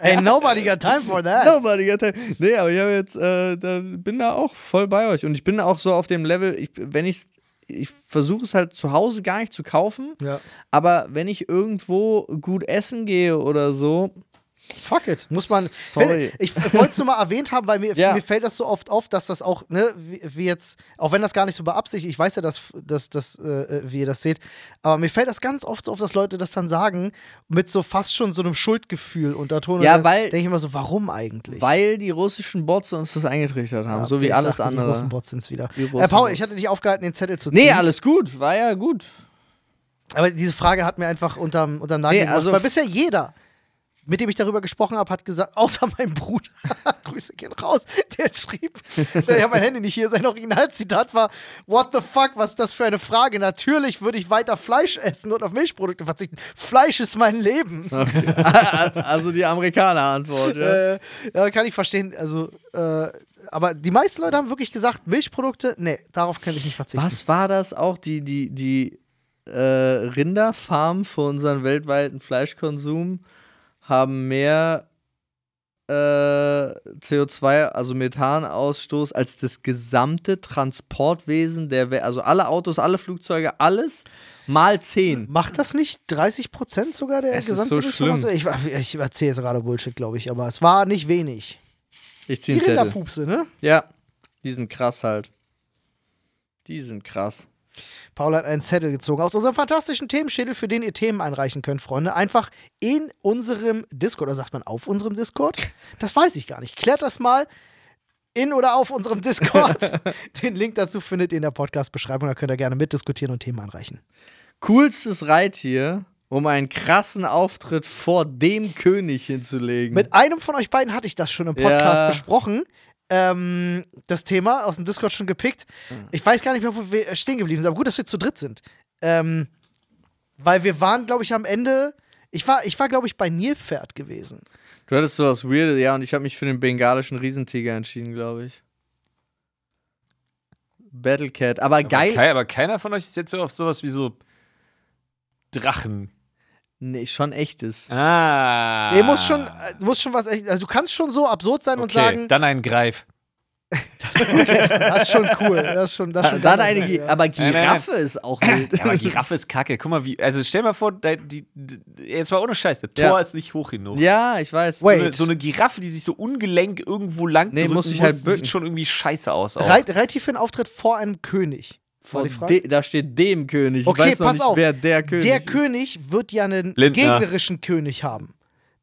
Hey, nobody got time for that. Nobody got time. Nee, aber ich habe jetzt, äh, da bin da auch voll bei euch. Und ich bin auch so auf dem Level, ich, wenn ich ich versuche es halt zu Hause gar nicht zu kaufen, Ja. aber wenn ich irgendwo gut essen gehe oder so, Fuck it. Muss man. Sorry. Ich wollte es nur mal erwähnt haben, weil mir, Ja. mir fällt das so oft auf, dass das auch, ne, wie, wie jetzt, auch wenn das gar nicht so beabsichtigt, ich weiß ja, dass, dass, dass äh, wie ihr das seht, aber mir fällt das ganz oft so auf, dass Leute das dann sagen, mit so fast schon so einem Schuldgefühl unterton. Ja, und weil- Denke ich immer so, warum eigentlich? weil die russischen Bots uns das eingetrichtert haben, Ja, so wie ich alles sagte, Die großen andere. Bots sind's wieder. Die großen Äh, Paul, Bots. ich hatte dich aufgehalten, den Zettel zu ziehen. Nee, alles gut, war ja gut. aber diese Frage hat mir einfach unterm, unterm Nagel Nee, gemacht, also- weil bisher jeder mit dem ich darüber gesprochen habe, hat gesagt, außer mein Bruder, Grüße gehen raus, der schrieb, ich habe mein Handy nicht hier, sein Originalzitat war, what the fuck, was ist das für eine Frage? Natürlich würde ich weiter Fleisch essen und auf Milchprodukte verzichten. Fleisch ist mein Leben. also die Amerikaner-Antwort, ja. Äh, ja, kann ich verstehen. Also, äh, aber die meisten Leute haben wirklich gesagt, Milchprodukte, nee, darauf kann ich nicht verzichten. Was war das auch? Die, die, die äh, Rinderfarmen für unseren weltweiten Fleischkonsum haben mehr äh, CO2, also Methanausstoß, als das gesamte Transportwesen der Welt. Also alle Autos, alle Flugzeuge, alles mal 10. Macht das nicht 30 Prozent sogar der Es ist gesamten so Mischung? schlimm. Ich, ich erzähle jetzt gerade Bullshit, glaube ich, aber es war nicht wenig. Ich Die ziehe einen Zettel. Rinderpupse, ne? Ja, die sind krass halt. Die sind krass. Paul hat einen Zettel gezogen aus unserem fantastischen Themenschädel, für den ihr Themen einreichen könnt, Freunde. Einfach in unserem Discord, oder sagt man auf unserem Discord? Das weiß ich gar nicht. Klärt das mal in oder auf unserem Discord. den Link dazu findet ihr in der Podcast-Beschreibung. Da könnt ihr gerne mitdiskutieren und Themen einreichen. Coolstes Reittier, um einen krassen Auftritt vor dem König hinzulegen. Mit einem von euch beiden hatte ich das schon im Podcast Mhm. Ja. besprochen. Ähm, das Thema aus dem Discord schon gepickt. Mhm. Ich weiß gar nicht mehr, wo wir stehen geblieben sind, aber gut, dass wir zu dritt sind. Ähm, weil wir waren, glaube ich, am Ende. Ich war, ich war glaube ich, bei Nilpferd gewesen. du hattest sowas Weirdes, ja, und ich habe mich für den bengalischen Riesentiger entschieden, glaube ich. Battlecat, aber, Aber geil. kei- aber keiner von euch ist jetzt so auf sowas wie so Drachen. Nee, ne, schon echtes. Ah. Nee, muss schon, äh, muss schon was echt. Also du kannst schon so absurd sein und okay, sagen, dann ein Greif. das ist schon cool. Das ist schon, das ist schon Dann eine, Gi ja. aber nein, nein. Giraffe ist auch wild. Ja, aber Giraffe ist kacke. Guck mal, wie. Also stell mal vor, da- die, die, jetzt mal ohne Scheiße. Tor Ja. ist nicht hoch genug. Ja, ich weiß. So Wait. eine, so eine Giraffe, die sich so ungelenk irgendwo lang Nee, drücken muss ich halt bücken. sieht schon irgendwie scheiße aus. Auch. Reit, Reittier für einen Auftritt vor einem König. War Vor die Frage? de, da steht dem König. Ich Okay, weiß noch pass nicht, auf. wer der König der ist. König wird ja einen Lindner. gegnerischen König haben.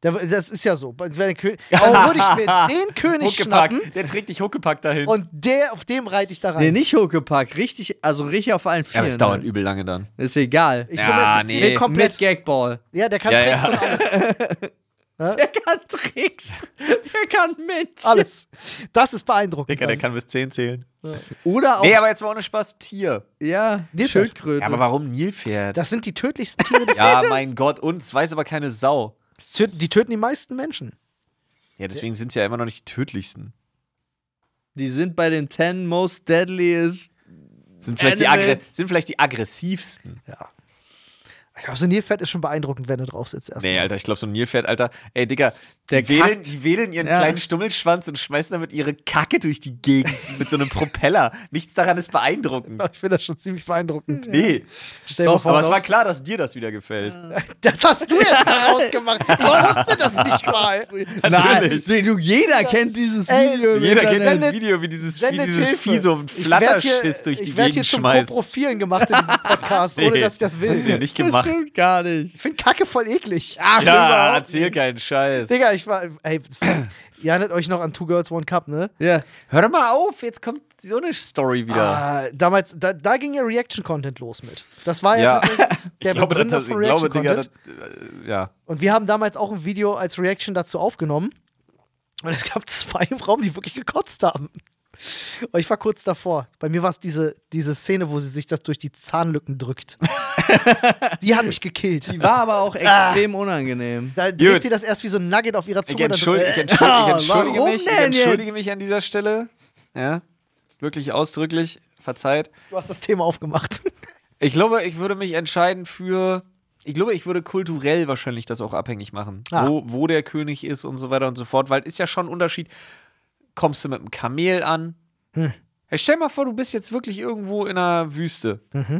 Der, das ist ja so. Bei- wenn der König- Also würde ich mir den König Huckepack. schnappen Der trägt dich Huckepack dahin. und der, auf dem reite ich da rein. Nee, nicht Huckepack. Richtig, also richtig auf allen ja, Vieren. aber es dauert halt. übel lange dann. Ist egal. Ich Ja, domestiziere nee. den Mit komplett. Gagball. Ja, der kann Ja, Tricks ja. und alles. Der kann Tricks. Der kann Menschen. alles. Das ist beeindruckend. Digga, der kann bis 10 zählen. Oder auch, Nee, aber jetzt mal ohne Spaß, Tier. ja, Nilpferd. Schildkröte. Ja, aber warum Nilpferd? das sind die tödlichsten Tiere. des- ja, mein Gott, uns weiß aber keine Sau. Tö- die töten die meisten Menschen. Ja, deswegen sind sie ja immer noch nicht die tödlichsten. Die sind bei den 10 most deadliest. Sind vielleicht, die, Animals. aggre sind vielleicht die aggressivsten. Ja. Ich glaube, so ein Nilpferd ist schon beeindruckend, wenn du drauf sitzt. Erst. Nee, Alter, ich glaube, so ein Nilpferd, Alter. Ey, Digga, Der die wählen, die wählen ihren Ja. kleinen Stummelschwanz und schmeißen damit ihre Kacke durch die Gegend mit so einem Propeller. Nichts daran ist beeindruckend. Ich finde das schon ziemlich beeindruckend. Nee. Stell dir Doch, vor, aber es doch. war klar, dass dir das wieder gefällt. das hast du jetzt daraus gemacht. Ich wusste das nicht mal. Natürlich. Nein, du, jeder kennt dieses Ey, Video. im Jeder kennt Internet. dieses Sendet- Video, wie dieses, wie Sendet dieses Hilfe. Vieh so ein Ich werd hier- Flatterschiss durch die Ich werde hier Gegend zum schmeißt. Co-Profilen gemacht in diesem Podcast, ohne Nee. dass ich das Nee, will. nicht Das gemacht. stimmt gar nicht. Ich finde Kacke voll eklig. Ja, erzähl keinen Scheiß. Digga, ich war. Ey, ihr erinnert euch noch an Two Girls, One Cup, ne? Ja. Hör mal auf, jetzt kommt so eine Story wieder. Ah, damals, da, da ging ja Reaction-Content los mit. Das war ja, Ja. tatsächlich der ich glaube, Begründer das, ich von glaube, Digga, das, Reaction-Content. äh, ja. Und wir haben damals auch ein Video als Reaction dazu aufgenommen. Und es gab zwei im Raum, die wirklich gekotzt haben. Und ich war kurz davor. Bei mir war es diese, diese Szene, wo sie sich das durch die Zahnlücken drückt. die hat mich gekillt. Die war aber auch extrem unangenehm. Da dreht Gut. sie das erst wie so ein Nugget auf ihrer Ich, Zunge. entschuld, ich, dann, äh, entschuld, ich warum entschuldige mich, ich denn jetzt? entschuldige mich an dieser Stelle. Ja, wirklich ausdrücklich, verzeiht. du hast das Thema aufgemacht. Ich glaube, ich würde mich entscheiden für. Ich glaube, ich würde kulturell wahrscheinlich das auch abhängig machen. Ah. Wo, wo der König ist und so weiter und so fort. Weil ist ja schon ein Unterschied. Kommst du mit einem Kamel an? Hey, stell mal vor, du bist jetzt wirklich irgendwo in einer Wüste.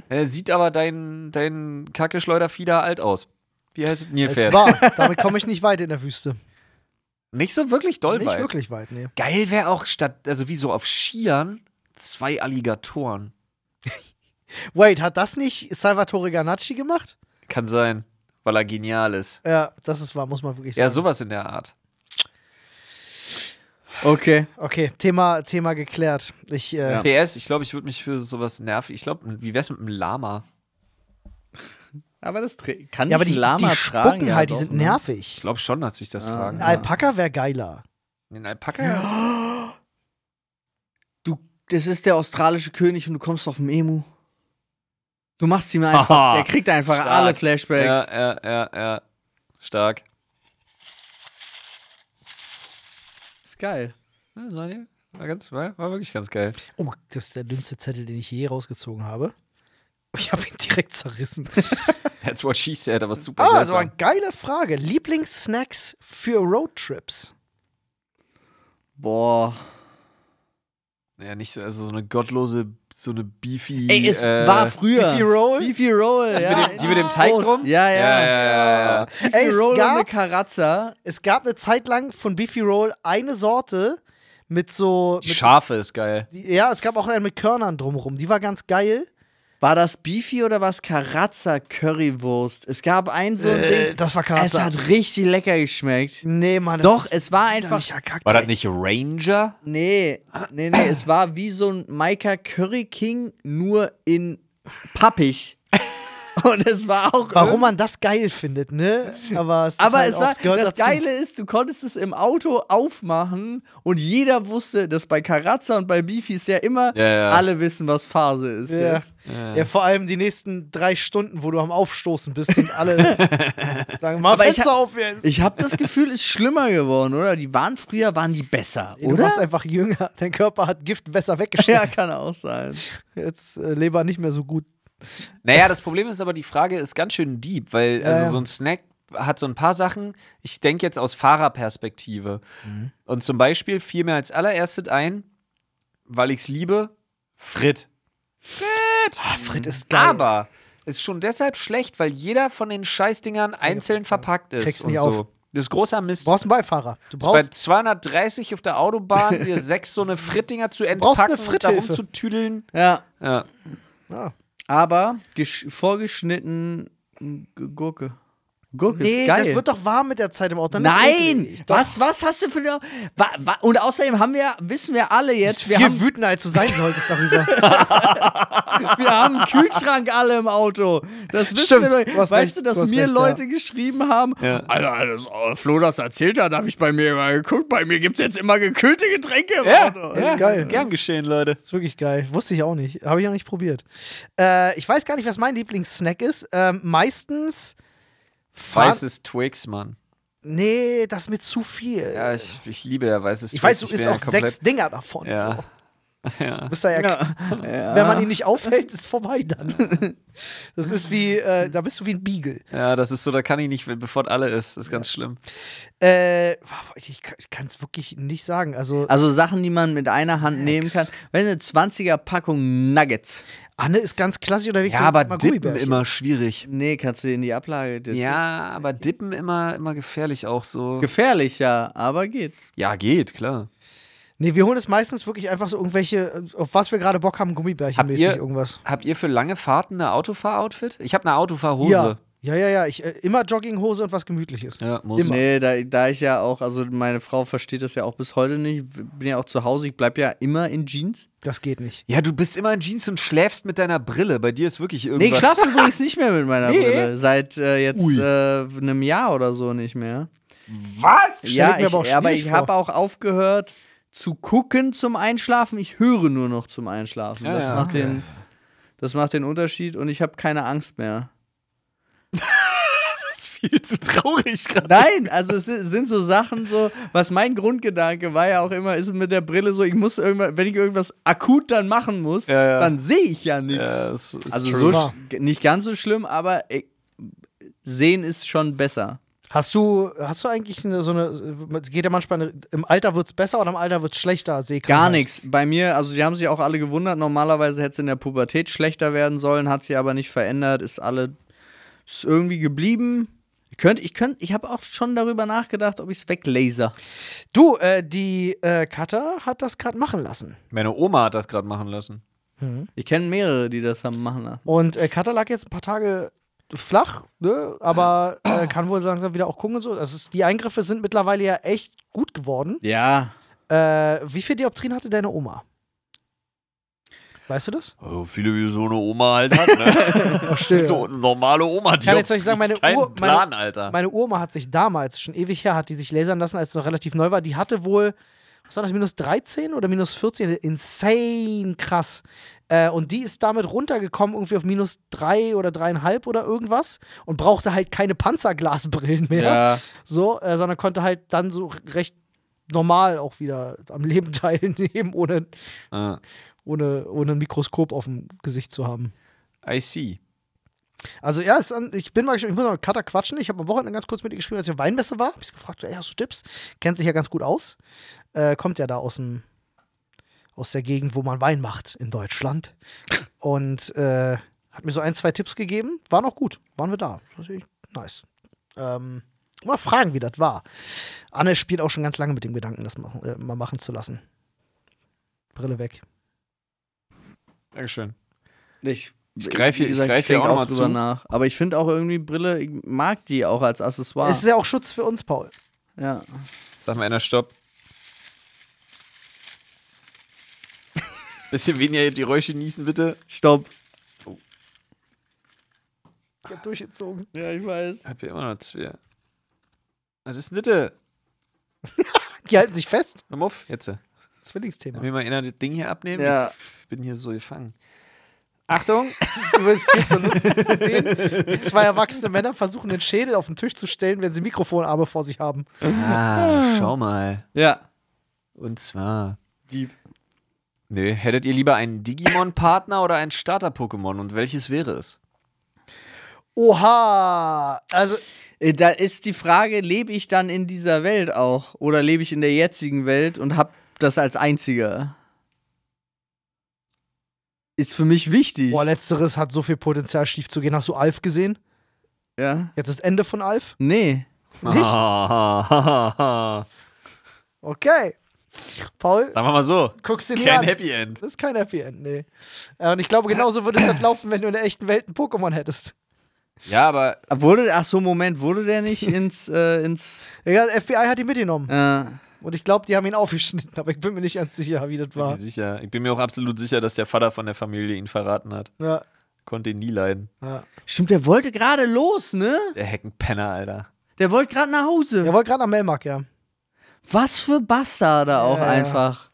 Äh, sieht aber dein, dein Kacke-Schleudervieh da alt aus. Wie heißt es? Es Nilpferd. war. Damit komme ich nicht weit in der Wüste. Nicht so wirklich doll Nicht weit. wirklich weit, nee. Geil wäre auch statt, also wie so auf Skiern, zwei Alligatoren. Wait, hat das nicht Salvatore Ganacci gemacht? Kann sein, weil er genial ist. Ja, das ist wahr, muss man wirklich sagen. Ja, sowas in der Art. Okay. Okay, Thema, Thema geklärt. Ich, äh, Ja. PS, ich glaube, ich würde mich für sowas nerven. Ich glaube, wie wär's mit einem Lama? Aber das trä- kann Ja, aber nicht die, ein Lama die tragen. spucken ja halt, die doch, sind ne? Ich nervig. glaube schon, dass sich das Ah. tragen. Ein ja. Alpaka wäre geiler. Ein Alpaka? Du, das ist der australische König und du kommst auf dem Emu. Du machst ihm einfach, Aha. der kriegt einfach Stark. alle Flashbacks. Ja, ja, ja, ja. Stark. Ist geil. Ja, Das war, war, ganz, war, war wirklich ganz geil. Oh, das ist der dünnste Zettel, den ich je rausgezogen habe. Ich habe ihn direkt zerrissen. That's what she said, aber super Ah, das war seltsam. eine geile Frage. Lieblingssnacks für Roadtrips? Boah. Ja, nicht so, also so eine gottlose, so eine beefy. Ey, es äh, war früher. Beefy Roll? Beefy Roll, ja. mit dem, die mit dem Teig Oh, drum? Ja, ja. Ja, ja, ja, ja. Beefy Ey, es Roll und gab- eine Karazza. Es gab eine Zeit lang von Beefy Roll eine Sorte mit so. Die Mit Schafe ist geil. so- ja, es gab auch eine mit Körnern drumherum. Die war ganz geil. War das Beefy oder was? Karazza Currywurst. Es gab ein so ein Äh, Ding. das war Es Karazza. hat richtig lecker geschmeckt. Nee, Mann. das Doch, ist es war einfach. widerlicher Kack, War das ey. nicht Ranger? Nee, nee, nee, es war wie so ein Maika Curry King, nur in pappig. Und es war auch. Warum man das geil findet, ne? Aber es, ist aber halt es auch- war, gehört das dazu. Geile ist, du konntest es im Auto aufmachen und jeder wusste, dass bei Karazza und bei Beefy ist ja immer, Ja, ja. alle wissen, was Phase ist. Ja. Jetzt. Ja. vor allem die nächsten drei Stunden, wo du am Aufstoßen bist und alle sagen, mach Aber ich Fenster ha- auf jetzt. Ich habe das Gefühl, es ist schlimmer geworden, oder? Die waren früher, waren die besser, Du oder? warst einfach jünger, dein Körper hat Gift besser Ja, weggeschickt. kann auch sein. Jetzt äh, Leber nicht mehr so gut. Naja, das Problem ist aber, die Frage ist ganz schön deep, weil ja. also so ein Snack hat so ein paar Sachen. Ich denke jetzt aus Fahrerperspektive. Mhm. Und zum Beispiel fiel mir als allererstes ein, weil ich es liebe, Frit. Frit! Ah, Frit ist Aber ist schon deshalb schlecht, weil jeder von den Scheißdingern einzeln verpackt ist Kriegst und nicht so. auf. Das ist großer Mist. Du brauchst einen Beifahrer. Du Ist bei brauchst, 230 auf der Autobahn dir sechs so eine Frittdinger zu brauchst eine entpacken und da Fritthilfe. rumzutüdeln. Ja, Ja. ah, aber gesch- vorgeschnitten G- Gurke. Gurke nee, ist geil. das wird doch warm mit der Zeit im Auto. dann ist eh Nein! eklig. Doch, Was, was hast du für eine. Wa, wa, und außerdem haben wir, wissen wir alle jetzt, wir viel haben, wütender, als du sein solltest darüber. wir haben einen Kühlschrank alle im Auto. Das wissen Stimmt, wir du doch. hast Weißt recht, du, du dass hast mir recht, ja. Leute geschrieben haben, Alter, das, oh, Flo das erzählt hat, habe ich bei mir mal geguckt. Bei mir gibt es jetzt immer gekühlte Getränke im Auto. ist geil. Gern geschehen, Leute. ist wirklich geil. Wusste ich auch nicht. Habe ich noch nicht probiert. Äh, ich weiß gar nicht, was mein Lieblingssnack ist. Ähm, meistens. fahren- Weißes Twix, Mann. Nee, das ist mir zu viel. Ja, ich, ich liebe ja weißes Ich weiß, Twix. du isst bin ja auch sechs Dinger davon. Ja. So. Ja. Bist da ja, Wenn man ihn nicht aufhält, ist vorbei dann. Das ist wie, äh, da bist du wie ein Beagle. ja, das ist so, da kann ich nicht, bevor alle ist. Das ist ganz schlimm. Äh, ich kann es wirklich nicht sagen. Also, Also Sachen, die man mit einer Hand nehmen kann. Wenn eine 20er Packung Nuggets. Anne ist ganz klassisch unterwegs. und isst immer Gummibärchen. schwierig. Nee, kannst du in die Ablage. das- Ja, aber Dippen immer, immer gefährlich auch so. Gefährlich, ja, aber geht. Ja, geht, klar. Nee, wir holen es meistens wirklich einfach so irgendwelche, äh, auf was wir gerade Bock haben, Gummibärchen-mäßig Habt ihr- irgendwas. Habt ihr für lange Fahrten eine Autofahroutfit? Ich habe eine Autofahrhose. Ja. Ja, ja, ja. Ich, äh, immer Jogginghose und was Gemütliches. ja muss. Nee, da, da ich ja auch, also meine Frau versteht das ja auch bis heute nicht. Bin ja auch zu Hause, ich bleib ja immer in Jeans. Das geht nicht. Ja, du bist immer in Jeans und schläfst mit deiner Brille. Bei dir ist wirklich Nee, ich irgendwas. schlafe übrigens nicht mehr mit meiner Nee. Brille. Seit äh, jetzt Ui. äh, einem Jahr oder so nicht mehr. Was? Stell ja, ich ich, mir aber auch aber schwierig ich habe vor. auch aufgehört zu gucken zum Einschlafen. Ich höre nur noch zum Einschlafen. Ja, das, ja, macht okay. den, das macht den Unterschied und ich habe keine Angst mehr. Das ist viel zu traurig gerade. Nein, also es sind sind so Sachen so, was mein Grundgedanke war ja auch immer, ist mit der Brille so, ich muss irgendwann, wenn ich irgendwas akut dann machen muss, Ja, ja. dann sehe ich ja nichts. Ja, das ist also true. so Wahr. sch- nicht ganz so schlimm, aber äh, sehen ist schon besser. Hast du, hast du eigentlich eine, so eine, äh, geht ja manchmal, eine, im Alter wird es besser oder im Alter wird es schlechter? Sehkrankheit? Gar nichts. Bei mir, also die haben sich auch alle gewundert, normalerweise hätte es in der Pubertät schlechter werden sollen, hat sie aber nicht verändert, ist alle ist irgendwie geblieben. Ich könnte, ich könnte, ich habe auch schon darüber nachgedacht, ob ich es weglaser. Du, äh, die äh, Katha hat das gerade machen lassen. Meine Oma hat das gerade machen lassen. Ich kenne mehrere, die das haben machen lassen. Und äh, Katha lag jetzt ein paar Tage flach, ne? aber äh, kann wohl langsam wieder auch gucken und so. Das ist, die Eingriffe sind mittlerweile ja echt gut geworden. Ja, Äh, wie viel Dioptrien hatte deine Oma? Weißt du das? Oh, viele wie so eine Oma halt hat, ne? Verstehe. so eine normale Oma, die Kann hat jetzt euch sagen, meine, keinen Ur Plan, meine, Alter. meine Urma hat sich damals, schon ewig her, hat die sich lasern lassen, als es noch relativ neu war. Die hatte wohl, was war das, minus 13 oder minus 14? Insane krass. Äh, und die ist damit runtergekommen, irgendwie auf minus 3 oder 3,5 oder irgendwas und brauchte halt keine Panzerglasbrillen mehr. Ja. So, äh, sondern konnte halt dann so recht normal auch wieder am Leben teilnehmen, ohne, Ah, ohne, ohne ein Mikroskop auf dem Gesicht zu haben. I see. Also ja, es ist an, ich bin mal gespannt, ich muss mal mit Katha quatschen. Ich habe am Wochenende ganz kurz mit ihr geschrieben, als ich auf Weinmesse war. Hab ich sie gefragt, so, ey, hast du Tipps? Kennt sich ja ganz gut aus. Äh, kommt ja da aus dem aus der Gegend, wo man Wein macht in Deutschland. Und äh, hat mir so ein, zwei Tipps gegeben. War noch gut. Waren wir da. Das ist echt nice. Ähm, mal fragen, wie das war. Anne spielt auch schon ganz lange mit dem Gedanken, das machen, äh, mal machen zu lassen. Brille weg. Dankeschön. Ich, Ich greif wie hier- ich gesagt, greif hier denk auch noch mal drüber zu. nach. Aber ich finde auch irgendwie Brille, ich mag die auch als Accessoire. Es ist ja auch Schutz für uns, Paul. ja. Sag mal einer, stopp. Bisschen weniger die Räusche niesen, bitte. Stopp. Ich hab durchgezogen. Ja, ich weiß. Ich hab hier immer noch zwei. Was ist denn das? Die halten sich fest. Komm auf, jetzt. Will Zwillingsthema. mir mal einer das Ding hier abnehmen? Ja. Ich bin hier so gefangen. Achtung! Du wirst viel zu lustig zu sehen. wie Zwei erwachsene Männer versuchen, den Schädel auf den Tisch zu stellen, wenn sie Mikrofonarme vor sich haben. Ah, schau mal. Ja. Und zwar. Dieb. Nö, hättet ihr lieber einen Digimon-Partner oder ein Starter-Pokémon? Und welches wäre es? Oha! Also, Äh, Da ist die Frage, lebe ich dann in dieser Welt auch oder lebe ich in der jetzigen Welt und habe das als einziger? Ist für mich wichtig. boah, letzteres hat so viel Potenzial, schief zu gehen. Hast du Alf gesehen? ja? Jetzt das Ende von Alf? Nee. Nicht? Sagen Okay. Paul, wir mal so. guckst du dir Kein an. Happy End. Das ist kein Happy End, nee. Äh, Und ich glaube, genauso würde das laufen, wenn du in der echten Welt ein Pokémon hättest. Ja, aber Ah, Wurde, ach so, Moment, wurde der nicht ins, äh, ins, Egal, FBI hat ihn mitgenommen. äh, Und ich glaube, die haben ihn aufgeschnitten, aber ich bin mir nicht ganz sicher, wie das bin mir war. sicher. Ich bin mir auch absolut sicher, dass der Vater von der Familie ihn verraten hat. Ja, Konnte ihn nie leiden. ja. stimmt, der wollte gerade los, ne? Der Heckenpenner, Alter. Der wollte gerade nach Hause. Er wollte gerade nach Melmark, ja. Was für Bastarde auch Ja. einfach.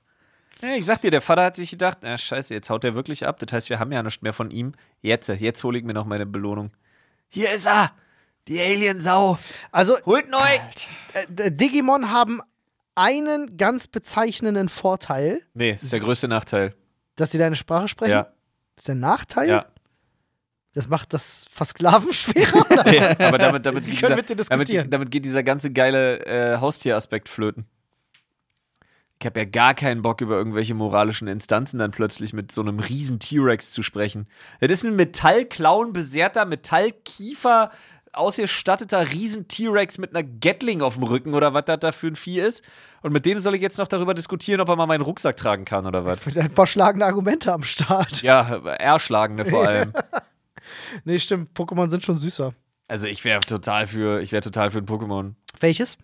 Ja, ich sag dir, der Vater hat sich gedacht, na scheiße, jetzt haut er wirklich ab. Das heißt, wir haben ja nichts mehr von ihm. Jetzt, jetzt hole ich mir noch meine Belohnung. Hier ist er! Die Aliensau! Also, Holt neu! Äh, d- Digimon haben einen ganz bezeichnenden Vorteil, Nee, das ist der größte Nachteil. dass sie deine Sprache sprechen. Ja, Das ist der Nachteil. ja. Das macht das Versklaven schwerer. Ja, aber damit, damit, Sie wie können gesagt, mit dir diskutieren. damit, damit geht dieser ganze geile äh, Haustieraspekt flöten. Ich habe ja gar keinen Bock, über irgendwelche moralischen Instanzen dann plötzlich mit so einem riesen T-Rex zu sprechen. Das ist ein Metallclown, besehrter Metallkiefer, ausgestatteter riesen T-Rex mit einer Gatling auf dem Rücken oder was das da für ein Vieh ist. Und mit dem soll ich jetzt noch darüber diskutieren, ob er mal meinen Rucksack tragen kann oder was. Mit ein paar schlagende Argumente am Start. Ja, erschlagende vor allem. Nee, stimmt. Pokémon sind schon süßer. Also ich wäre total für, ich wäre total für ein Pokémon. Welches?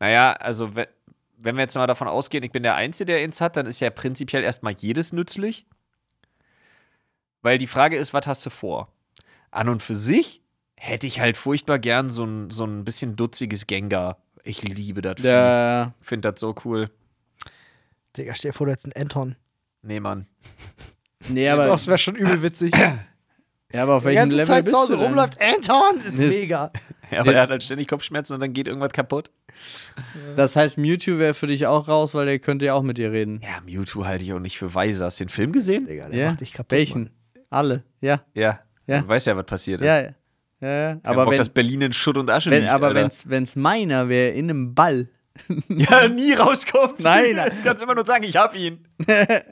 Naja, also we- wenn wir jetzt mal davon ausgehen, ich bin der Einzige, der eins hat, dann ist ja prinzipiell erstmal jedes nützlich. Weil die Frage ist, was hast du vor? An und für sich hätte ich halt furchtbar gern so ein, so ein bisschen dutziges Gengar. Ich liebe das. Vieh. Ja. Ich finde das so cool. Digga, stell dir vor, du hättest einen Anton. Nee, Mann. Nee, Aber aber, das wäre schon übel witzig. ja, aber auf Die welchem ganze Level Zeit zu bist Hause du denn? rumläuft. Anton ist Nee, ist- mega. Ja, aber Ja. er hat halt ständig Kopfschmerzen und dann geht irgendwas kaputt. Das heißt, Mewtwo wäre für dich auch raus, weil der könnte ja auch mit dir reden. Ja, Mewtwo halte ich auch nicht für weise. Hast du den Film gesehen? Digga, der Ja? macht dich kaputt. Welchen? Mann. Alle. Ja. Ja. Ja. Du weißt ja, was passiert ist. Ja, ja. ja, ja. Aber Aber Bock, wenn, dass Berlin in Schutt und Asche wenn, liegt. aber Alter. wenn's, wenn's meiner wäre, in einem Ball. Ja, nie rauskommt. Nein. Du kannst immer nur sagen, ich hab ihn. Digga,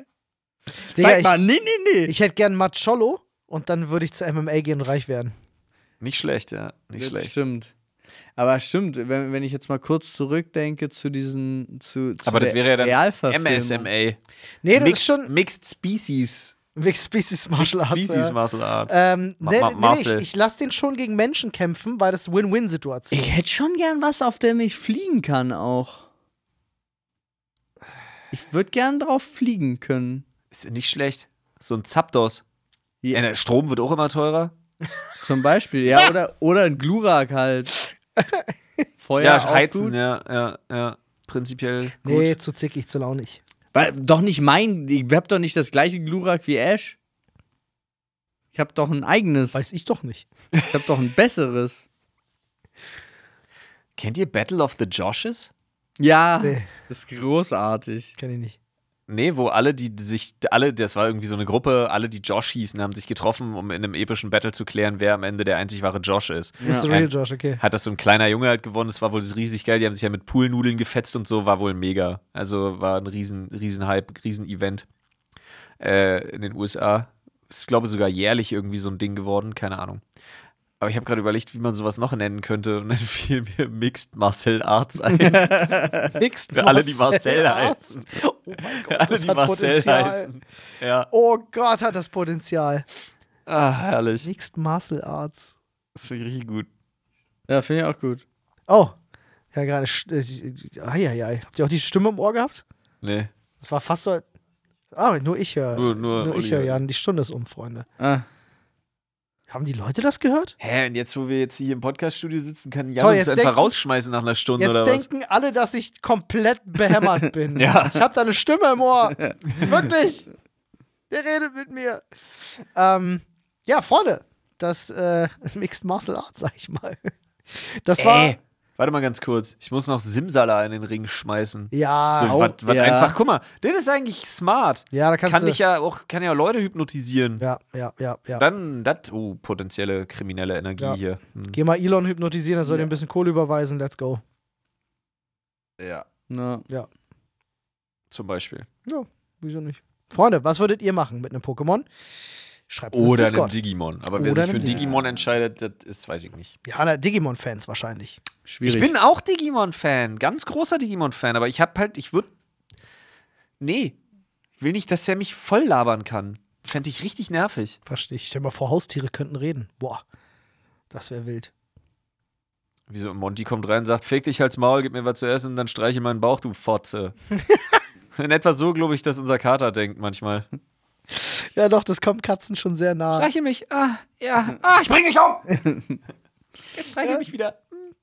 Sag mal, ich, nee, nee, nee. ich hätte gern Macholo und dann würde ich zu MMA gehen und reich werden. Nicht schlecht, ja. Nicht Das schlecht. Stimmt. Aber stimmt, wenn, wenn ich jetzt mal kurz zurückdenke zu diesen, zu, zu Aber der das wäre ja dann Realverfilmung. MSMA. Nee, das Mixed, ist schon Mixed Species. Mixed Species Martial Mixed Arts. Species ja. Martial Arts. Ähm, Ma- nee, ma- nee, nee, ich, Marcel. ich lasse den schon gegen Menschen kämpfen, weil das Win-Win-Situation ist. Ich hätte schon gern was, auf dem ich fliegen kann auch. Ich würde gern drauf fliegen können. Ist nicht schlecht. So ein Zapdos. Ja. Ja. Der Strom wird auch immer teurer. Zum Beispiel, ja, oder, oder ein Glurak halt. Feuer Ja, auch heizen, ne? gut. ja, ja, ja. Prinzipiell gut. Nee, zu zickig, zu launig. Weil, doch nicht mein, ich hab doch nicht das gleiche Glurak wie Ash. Ich hab doch ein eigenes. Weiß ich doch nicht. Ich hab doch ein besseres. Kennt ihr Battle of the Joshes? Ah. Ja, Nee. ist großartig. Kenne ich nicht. Nee, wo alle, die sich, alle, das war irgendwie so eine Gruppe, alle, die Josh hießen, haben sich getroffen, um in einem epischen Battle zu klären, wer am Ende der einzig wahre Josh ist. Ja. Mr. Real Josh, okay. Hat das so ein kleiner Junge halt gewonnen, das war wohl riesig geil, die haben sich ja mit Poolnudeln gefetzt und so, war wohl mega. Also war ein riesen, riesen Hype, riesen Event äh, in den USA. Ist, glaube ich, sogar jährlich irgendwie so ein Ding geworden, keine Ahnung. Aber ich habe gerade überlegt, wie man sowas noch nennen könnte und dann fiel mir Mixed Marcel Arts ein. Mixed Für alle, die Marcel heißen. Oh mein Gott, Alle, das die hat Marcel Potenzial. heißen. Ja. Oh Gott, hat das Potenzial. Ah, herrlich. Mixed Martial Arts. Das finde ich richtig gut. Ja, finde ich auch gut. Oh. Ja, gerade. sch- äh, Eieiei. Habt ihr auch die Stimme im Ohr gehabt? Nee. Das war fast so. Ah, nur ich höre. Nur- nur Olli ich höre, hört. Jan. Die Stunde ist um, Freunde. Ah. Haben die Leute das gehört? Hä, und jetzt, wo wir jetzt hier im Podcast-Studio sitzen, kann Jan Toll, uns jetzt einfach denken- rausschmeißen nach einer Stunde Jetzt oder was? denken alle, dass ich komplett behämmert bin. Ja. Ich habe da eine Stimme im Ohr. Wirklich. Der redet mit mir. Ähm, ja, Freunde. Das äh, Mixed Martial Arts, sag ich mal. Das war. Äh, warte mal ganz kurz. Ich muss noch Simsala in den Ring schmeißen. Ah, Ja. so, was, was ja. einfach, guck mal, das ist eigentlich smart. Ja, da kannst kann du. dich ja auch, kann ja Leute hypnotisieren. ja, ja, ja, ja. Dann das, oh, potenzielle kriminelle Energie Ja. hier. Hm. Geh mal Elon hypnotisieren, er soll dir ein bisschen Kohle überweisen. Let's go. Ja, Na, zum Beispiel. Wieso nicht? Freunde, was würdet ihr machen mit einem Pokémon? Schreibt uns Oder ins einem Discord. Digimon. Aber Oder wer sich einem für einen Digimon. Digimon entscheidet, das ist, weiß ich nicht. ja, na, Digimon-Fans wahrscheinlich. schwierig. Ich bin auch Digimon-Fan, ganz großer Digimon-Fan, aber ich hab halt, ich würde. Nee, ich will nicht, dass er mich voll labern kann. Fände ich richtig nervig. Verstehe ich. Stell dir mal vor, Haustiere könnten reden. Boah, das wäre wild. Wieso? Monty kommt rein und sagt: Fick dich halt's Maul, gib mir was zu essen, dann streiche meinen Bauch, du Fotze. In etwa so, glaube ich, dass unser Kater denkt manchmal. Ja, doch, das kommt Katzen schon sehr nah. Streiche mich, ah, ja, ah, ich bringe dich um! Jetzt streiche mich wieder.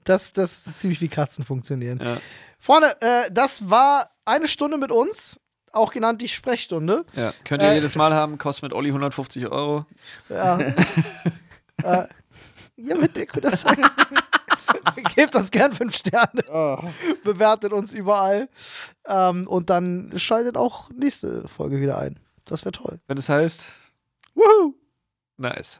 Das, das ist ziemlich wie Katzen funktionieren. Ja. Freunde, äh, das war eine Stunde mit uns. Auch genannt die Sprechstunde. Ja, könnt ihr jedes Mal haben, kostet mit Olli 150 Euro. Ja. äh, ja, mit Deko, das Gebt uns gern fünf Sterne. Ah. Bewertet uns überall. Ähm, und dann schaltet auch nächste Folge wieder ein. Das wäre toll. Wenn es heißt, nice.